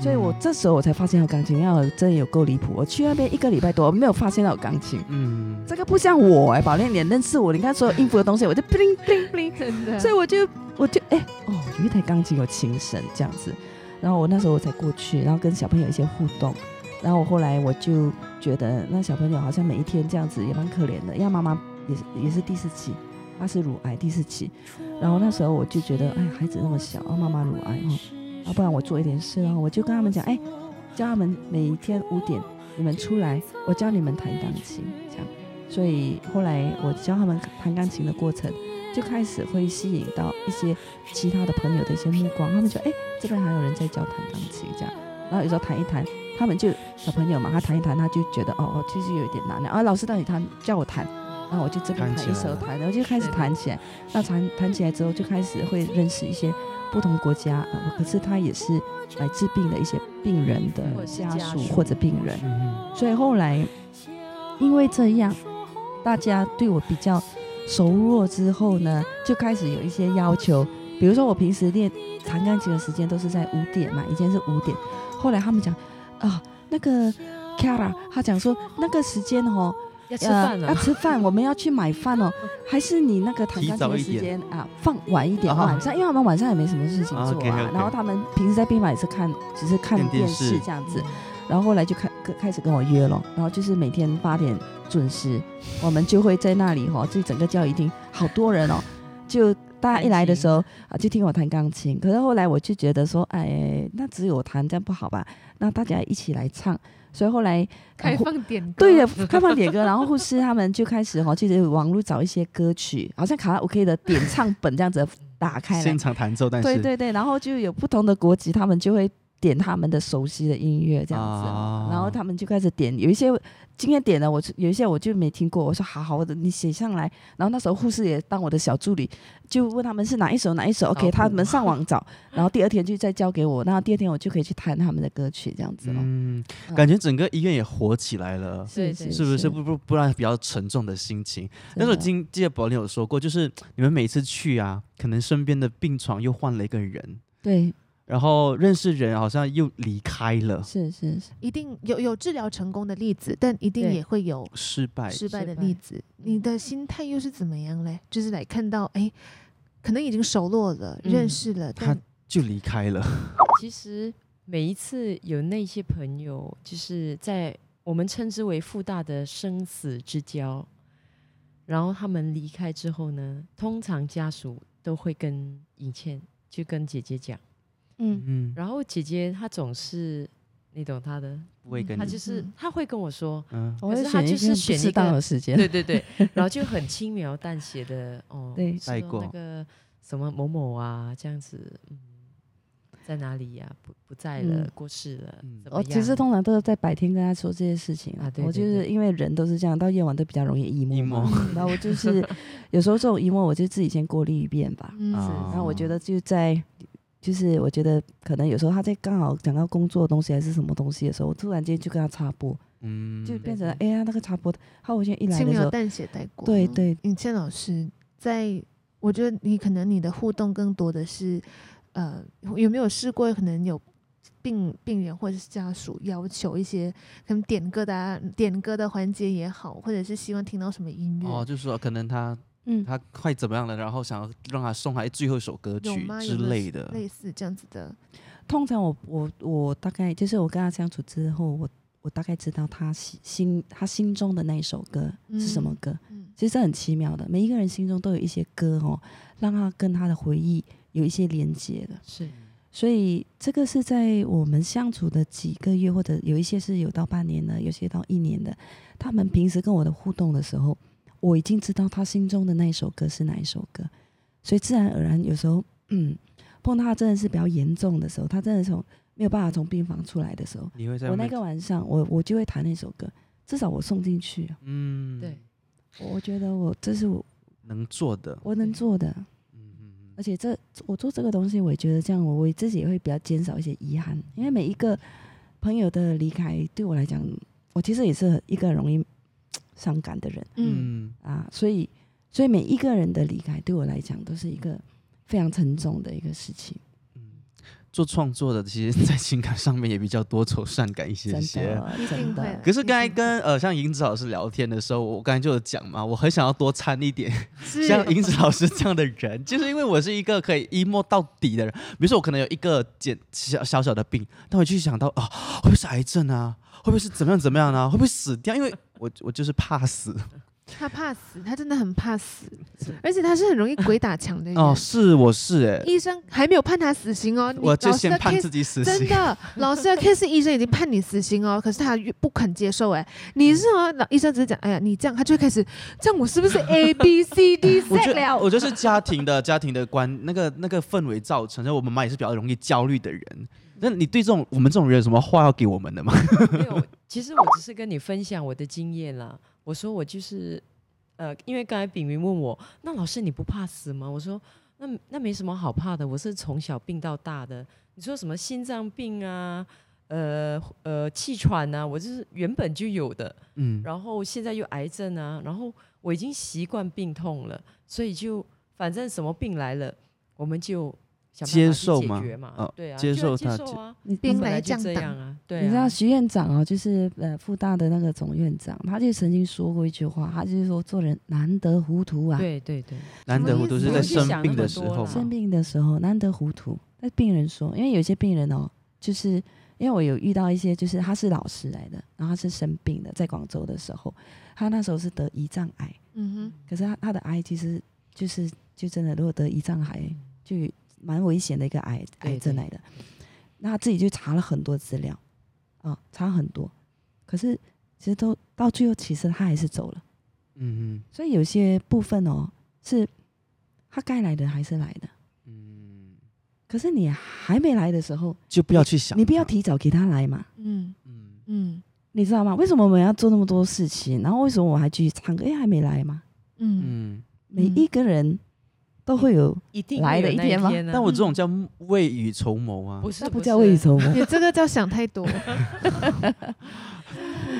所以我这时候我才发现有钢琴，要真的有够离谱，我去那边一个礼拜多，我没有发现到有钢琴。嗯，这个不像我哎、宝莲，你认识我？你看所有音符的东西，我就 bling bling bling，真的所以我就我就哎、哦，有一台钢琴有琴声这样子，然后我那时候我才过去，然后跟小朋友一些互动，然后我后来我就觉得那小朋友好像每一天这样子也蛮可怜的，因为妈妈也是也是第四期，她是乳癌第四期，然后那时候我就觉得哎，孩子那么小，啊、妈妈乳癌哦，要、不然我做一点事啊，我就跟他们讲哎，叫他们每天五点你们出来，我教你们弹钢琴这样，所以后来我教他们弹钢琴的过程。就开始会吸引到一些其他的朋友的一些目光，他们觉得哎，这边还有人在教弹钢琴这样，然后有时候弹一弹，呃他们就小朋友嘛，他弹一弹，他就觉得哦哦，其实有一点难了啊，老师到底弹叫我弹，那我就这边弹弹起一来首了弹，然后就开始是的弹起来。那弹弹起来之后，就开始会认识一些不同国家，呃，可是他也是来治病的一些病人的或者是家家属属或者病人。嗯所以后来因为这样，大家对我比较熟络之后呢，就开始有一些要求，比如说我平时练弹钢琴的时间都是在五点嘛，以前是五点，后来他们讲啊，那个 Kara 他讲说那个时间哦。要吃饭了呃，要，吃饭，我们要去买饭 [LAUGHS] 哦。还是你那个弹钢琴的时提早间啊，放晚一点，啊晚上，因为他们晚上也没什么事情做啊。啊，OK，OK 然后他们平时在病房也是看，只是看看电电视视这嗯样子。然后后来就开跟开始跟我约了，然后就是每天八点准时，我们就会在那里哈、哦，就整个教育厅好多人哦， [LAUGHS] 就大家一来的时候啊，就听我弹钢琴。可是后来我就觉得说，哎，那只有我弹这样不好吧？那大家一起来唱。所以后来开呃放点歌，对的， [LAUGHS] 开放点歌，然后护士他们就开始哈、哦，去网络找一些歌曲，好像卡拉 OK 的点唱本这样子打开来现，场弹奏，但是对对对，然后就有不同的国籍，他们就会点他们的熟悉的音乐这样子，啊然后他们就开始点，有一些今天点了，我有一些我就没听过，我说好好的，你写上来。然后那时候护士也当我的小助理，就问他们是哪一首哪一首，OK，谱他们上网找，然后第二天就再交给我，然后第二天我就可以去弹他们的歌曲这样子了。嗯，嗯感觉整个医院也火起来了。对是对是不是不不不然比较沉重的心情？但是我真的记记得宝林有说过，就是你们每次去啊，可能身边的病床又换了一个人，对，然后认识人好像又离开了，是是是，一定有有治疗成功的例子，但一定对也会有失败。失败失的败例子。你的心态又是怎么样嘞？就是来看到哎，可能已经熟络了，嗯认识了，他但就离开了，其实每一次有那些朋友，就是在我们称之为复大的生死之交，然后他们离开之后呢，通常家属都会跟以倩，就跟姐姐讲，嗯，嗯，然后姐姐她总是，你懂她的，不会跟她你，就是嗯她会跟我说，嗯，我可会是他选一就些是选不一适当个的时间，对对对， [LAUGHS] 然后就很轻描淡写的哦，对说带过那个什么某某啊，这样子，嗯，在哪里呀、不不在了，嗯过世了，嗯怎么我样？其实通常都是在白天跟他说这些事情啊对我对就是因为人都是这样，到夜晚都比较容易 emo，嘛 emo 然后我就是 [LAUGHS] 有时候这种 emo 我就自己先过滤一遍吧。嗯哦啊然后我觉得就在，就是我觉得可能有时候他在刚好讲到工作的东西还是什么东西的时候，我突然间就跟他插播，嗯，就变成对哎呀那个插播，他我先一来轻的时描候，淡写带过。对对尹倩老师，在我觉得你可能你的互动更多的是，呃，有没有试过可能有病病人或者是家属要求一些可能点歌的、啊、点歌的环节也好，或者是希望听到什么音乐？哦，就是说可能他嗯，他快怎么样了，然后想要让他送他最后一首歌有曲吗？有之没有类的，类似这样子的，通常我我我大概就是我跟他相处之后，我我大概知道他心心他心中的那一首歌是什么嗯歌，嗯，其实这很奇妙的，每一个人心中都有一些歌哦，让他跟他的回忆有一些连接的。是所以这个是在我们相处的几个月，或者有一些是有到半年的，有些到一年的。他们平时跟我的互动的时候，我已经知道他心中的那一首歌是哪一首歌，所以自然而然有时候，嗯，碰到他真的是比较严重的时候，他真的从没有办法从病房出来的时候，你会在我外那面个晚上，我我就会弹那首歌，至少我送进去啊。嗯，对，我我觉得我这是我能做的，我能对做的，嗯嗯而且这我做这个东西，我也觉得这样，我我自己也会比较减少一些遗憾，因为每一个朋友的离开，对我来讲，我其实也是一个容易伤感的人嗯，嗯啊，所以所以每一个人的离开，对我来讲都是一个非常沉重的一个事情，嗯，做创作的其实，在情感上面也比较多愁善感一些真些。的一定真会的可是刚才一定跟呃像银子老师聊天的时候，我刚才就有讲嘛，我很想要多掺一点是像银子老师这样的人，就是因为我是一个可以 emo 到底的人。比如说我可能有一个简小小小的病，但我就想到啊，会不会是癌症啊？会不会是怎么样怎么样啊？会不会死掉？因为我我就是怕死他怕死，他真的很怕死，而且他是很容易鬼打墙的人。哦，是我是哎、医生还没有判他死刑哦，你我就老师先的判 case 自己死真刑。 [LAUGHS] 的，老师的 case 医生已经判你死刑哦，可是他越不肯接受 [LAUGHS] 哎、你是吗？老医生只是讲，哎呀，你这样，他就会开始，这样我是不是 [LAUGHS] A B C D 我觉 Z 得，了？我觉得是家庭的家庭的观那个那个氛围造成，所以我妈妈也是比较容易焦虑的人。那你对这种我们这种人有什么话要给我们的吗？没有。其实我只是跟你分享我的经验啦。我说我就是呃，因为刚才炳云问我，那老师你不怕死吗？我说那那没什么好怕的，我是从小病到大的。你说什么心脏病啊，呃呃气喘啊，我就是原本就有的，嗯，然后现在又癌症啊，然后我已经习惯病痛了，所以就反正什么病来了，我们就想办法去接受嘛解决嘛，哦对啊，接受就要它接受啊，你兵本来来就将这样挡，啊，对啊，你知道徐院长哦，就是呃复大的那个总院长，他就曾经说过一句话，他就是说做人难得糊涂啊，对对对，难得我都是在生病的时不候用去想生那嘛么，病的时候难得糊涂。那病人说，因为有些病人哦，就是因为我有遇到一些，就是他是老师来的，然后他是生病的，在广州的时候，他那时候是得胰脏癌，嗯可是他他的癌其实就是就真的，如果得胰脏癌，就蛮危险的一个癌对癌症对来的。那他自己就查了很多资料，啊，查很多，可是其实都到最后，其实他还是走了。嗯嗯所以有些部分哦，是他该来的还是来的，嗯，可是你还没来的时候，就不要去想它，你不要提早给他来嘛，哼，嗯嗯，嗯你知道吗？为什么我们要做那么多事情？然后为什么我还继续唱歌？哎，还没来嘛？嗯嗯每一个人都会有，一定来的会有一那天吗啊但我这种叫未雨绸缪啊不，是那不叫未雨是绸缪。你这个叫想太多，我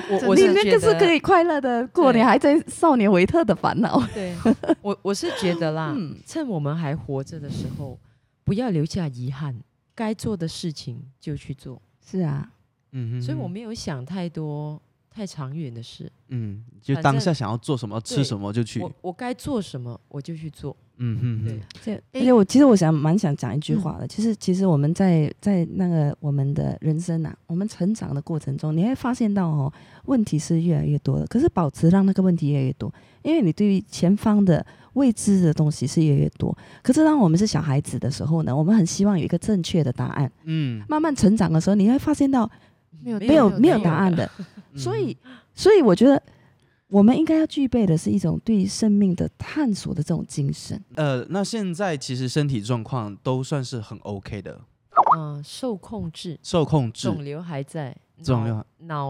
真我的你是那觉个是得可以快乐的过对年，还在少年维特的烦恼。 [LAUGHS] 对，我我是觉得啦，嗯趁我们还活着的时候，不要留下遗憾，该做的事情就去做。是啊，嗯嗯，所以我没有想太多太长远的事，嗯，就反当正下想要做什么吃对什么就去，我我该做什么我就去做。嗯嗯对嗯，这而诶且我其实我想蛮想讲一句话的，其实其实我们在在那个我们的人生啊，我们成长的过程中，你会发现到哦，问题是越来越多的，可是保持让那个问题越来越多，因为你对于前方的未知的东西是越来越多。可是当我们是小孩子的时候呢，我们很希望有一个正确的答案。嗯，慢慢成长的时候，你会发现到没有没有没没有有答案的， [LAUGHS] 嗯所以，所以我觉得我们应该要具备的是一种对生命的探索的这种精神。呃，那现在其实身体状况都算是很 OK 的，嗯、受控制，受控制，肿瘤还在，肿瘤脑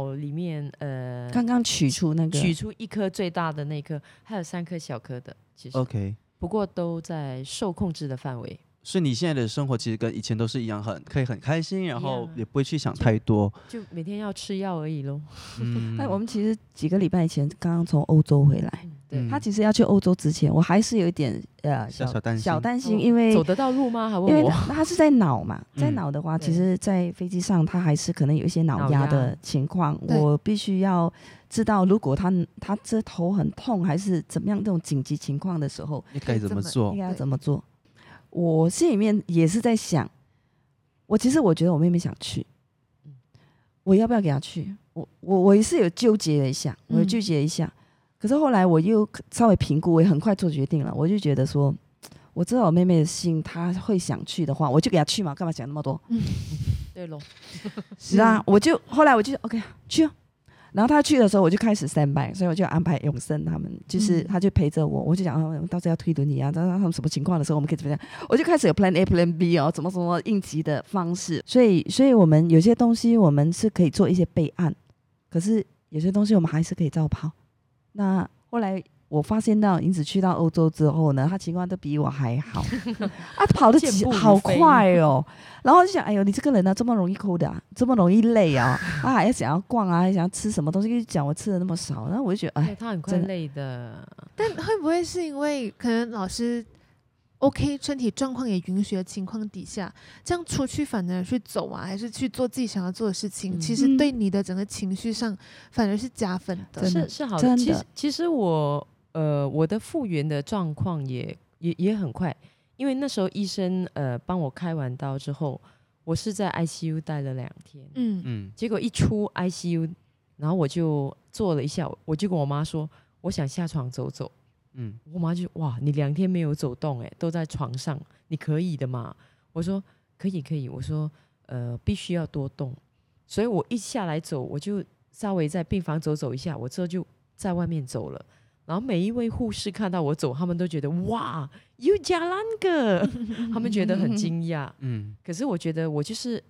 脑里面呃，刚刚取出那个，取出一颗最大的那一颗，还有三颗小颗的，其哦实、 OK。不过都在受控制的范围，所以你现在的生活其实跟以前都是一样，很可以很开心，然后啊也不会去想太 [LAUGHS] 多。就每天要吃药而已喽。 [LAUGHS] 嗯，那我们其实几个礼拜前刚刚从欧洲回来，嗯对，嗯他其实要去欧洲之前，我还是有一点呃小小担心小担心，哦因为走得到路吗？还哎因问为我。他他是在脑嘛，嗯在脑的话，对其实，在飞机上他还是可能有一些脑脑压压的情况，对我必须要知道，如果他他这头很痛还是怎么样这种紧急情况的时候，你该怎么做应？该要对怎么做？我心里面也是在想，我其实我觉得我妹妹想去嗯，我要不要给她去？我我我也是有纠结了一下，我有嗯纠结一下，可是后来我又稍微评估，我也很快做决定了，我就觉得说。我知道我妹妹的心，她会想去的话，我就给她去嘛，干嘛想那么多？对喽，是啊，我就后来我就 OK 去、哦，然后她去的时候，我就开始 stand by，所以我就安排永生他们，就是嗯她就陪着我，我就讲啊，到时候要推轮椅啊，当他们什么情况的时候，我们可以怎么样？我就开始有 Plan A、Plan B 哦，怎么怎么应急的方式。所以，所以我们有些东西我们是可以做一些备案，可是有些东西我们还是可以照跑。那后来我发现到银子去到欧洲之后呢，他情况都比我还好，啊，跑得健起步如好飞快哦。然后就想，哎呦，你这个人呢、这么容易抠的、啊，这么容易累啊，啊，还想要逛啊，还想要吃什么东西，就讲我吃的那么少，然后我就觉得，对哎，他很快真的累的。但会不会是因为可能老师 OK 身体状况也允许的情况底下，这样出去反而去走啊，还是去做自己想要做的事情，嗯其实对你的整个情绪上反而是加分的。真的是是好真其的实其实我呃我的复原的状况也也也很快，因为那时候医生呃帮我开完刀之后，我是在 ICU 待了两天，嗯嗯，结果一出 ICU，然后我就坐了一下，我就跟我妈说我想下床走走，嗯我妈就哇你两天没有走动哎、都在床上，你可以的嘛？我说可以可以，我说呃必须要多动，所以我一下来走，我就稍微在病房走走一下，我之后就在外面走了。然后每一位护士看到我走，他们都觉得哇，you 加兰个，他们觉得很惊讶。嗯可是我觉得我就是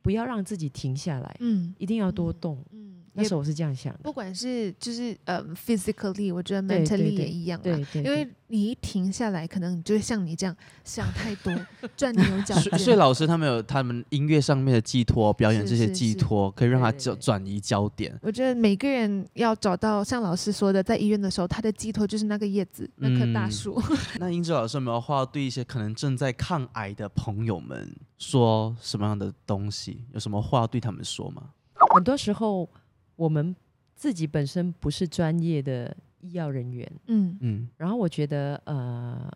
不要让自己停下来，嗯一定要多动。嗯，那时候我是这样想的不，管是就是呃 physically，我觉得对对 mentally 对也一样对啦。对，啊因为你一停下来，可能你就会像你这 [LAUGHS] 样想太多，钻牛角所以尖。所以老师他们有他们音乐上面的寄托，表演是这些是寄是托，可以让他对对转对转移焦点。我觉得每个人要找到像老师说的，在医院的时候，他的寄托就是那个叶子，那棵大嗯树。 [LAUGHS] [LAUGHS] 那英哲老师有没有话对一些可能正在抗癌的朋友们说什么样的东西？有什么话对他们说吗？很多时候我们自己本身不是专业的医药人员，嗯嗯，然后我觉得呃，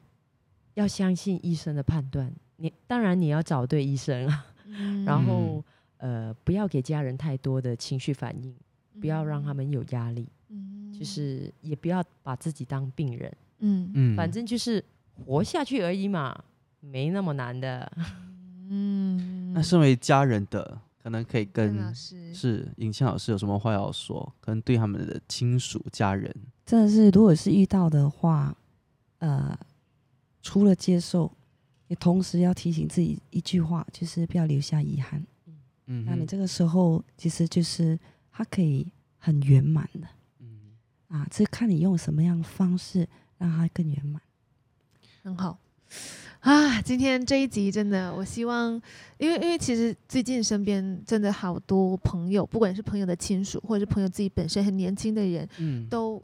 要相信医生的判断。你当然你要找对医生啊，嗯然后、呃，不要给家人太多的情绪反应，不要让他，们有压力，嗯就是也不要把自己当病人，嗯嗯反正就是活下去而已嘛，没那么难的。嗯那身为家人的，可能可以跟跟老师是尹倩老师有什么话要说？可能对他们的亲属家人，真的是，如果是遇到的话，呃，除了接受，也同时要提醒自己一句话，就是不要留下遗憾。嗯那你哼这个时候其实就是它可以很圆满的嗯啊，这看你用什么样的方式让它更圆满。很好。啊，今天这一集真的，我希望，因为因为其实最近身边真的好多朋友，不管是朋友的亲属，或者是朋友自己本身很年轻的人，嗯都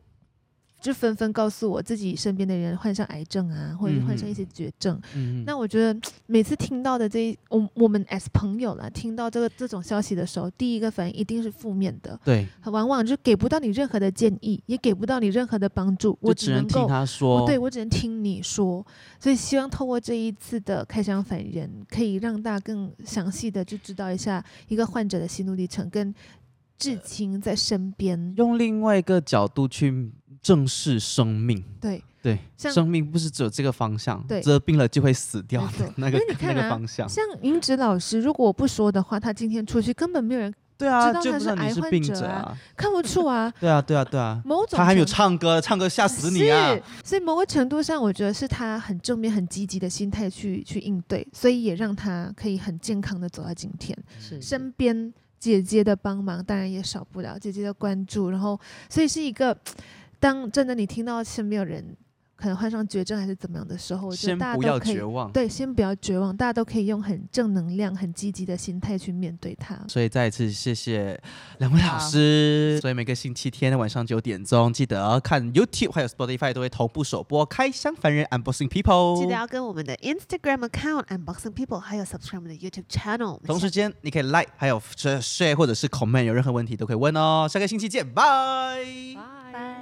就纷纷告诉我自己身边的人患上癌症啊，或者是患上一些绝症。嗯那我觉得每次听到的这一，我我们 as 朋友啦，听到这个这种消息的时候，第一个反应一定是负面的，对，往往就给不到你任何的建议，也给不到你任何的帮助，就我只能能听够。他我说，哦对我只能听你说，所以希望透过这一次的开箱凡人，可以让大家更详细的去知道一下一个患者的心路历程，跟至亲在身边。用另外一个角度去正视生命。对，对，像生命不是只有这个方向，对得病了就会死掉没的错那个因为你那看个啊方向。像英植老师，如果我不说的话，他今天出去根本没有人对啊，知道就他不知是道你癌是患病者者啊啊。，看不出啊对啊，对啊，对啊。某种他还没有程唱歌，唱歌吓死你啊！是，所以某个程度上，我觉得是他很正面、很积极的心态去去应对，所以也让他可以很健康的走到今天。是身边姐姐的帮忙，当然也少不了姐姐的关注。然后，所以是一个，当真的你听到身边有人可能患上绝症还是怎么样的时候，我觉得先大不家要都可以绝望。对，先不要绝望，大家都可以用很正能量、很积极的心态去面对它。所以再一次谢谢两位老师。所以每个星期天的晚上九点钟，记得看 YouTube 还有 Spotify 都会同步首播《开箱凡人 Unboxing People 记得》。要跟我们的 Instagram account Unboxing People，还有 subscribe 我们的 YouTube channel。同时间，你可以 Like 还有 Share share 或者是 Comment，有任何问题都可以问哦。下个星期见，拜。拜。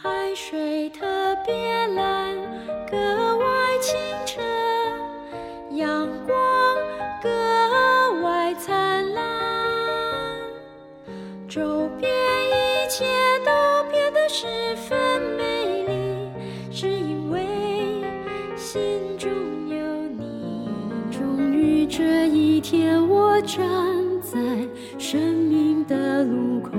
海水特别蓝，格外清澈；阳光格外灿烂。周边一切都变得十分美丽，是因为心中有你。终于这一天，我站在生命的路口，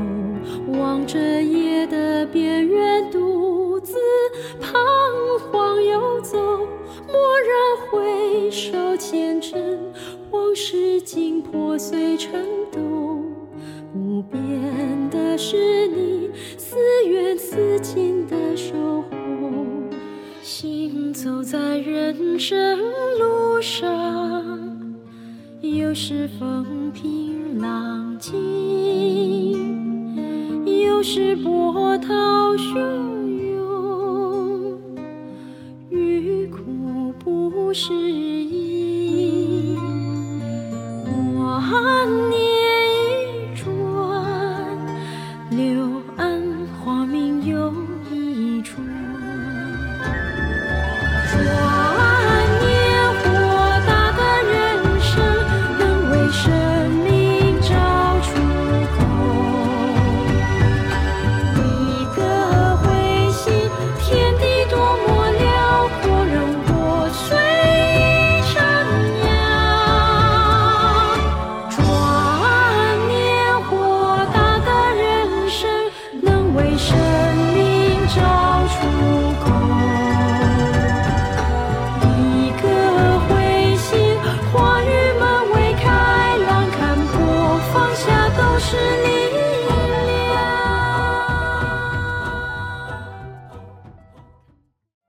望着夜的边缘，独自彷徨游走。蓦然回首，前尘往事竟破碎成洞。无边的是你，似远似近的守候。行走在人生路上，有时风平浪静，有时波涛汹涌，欲哭不是一。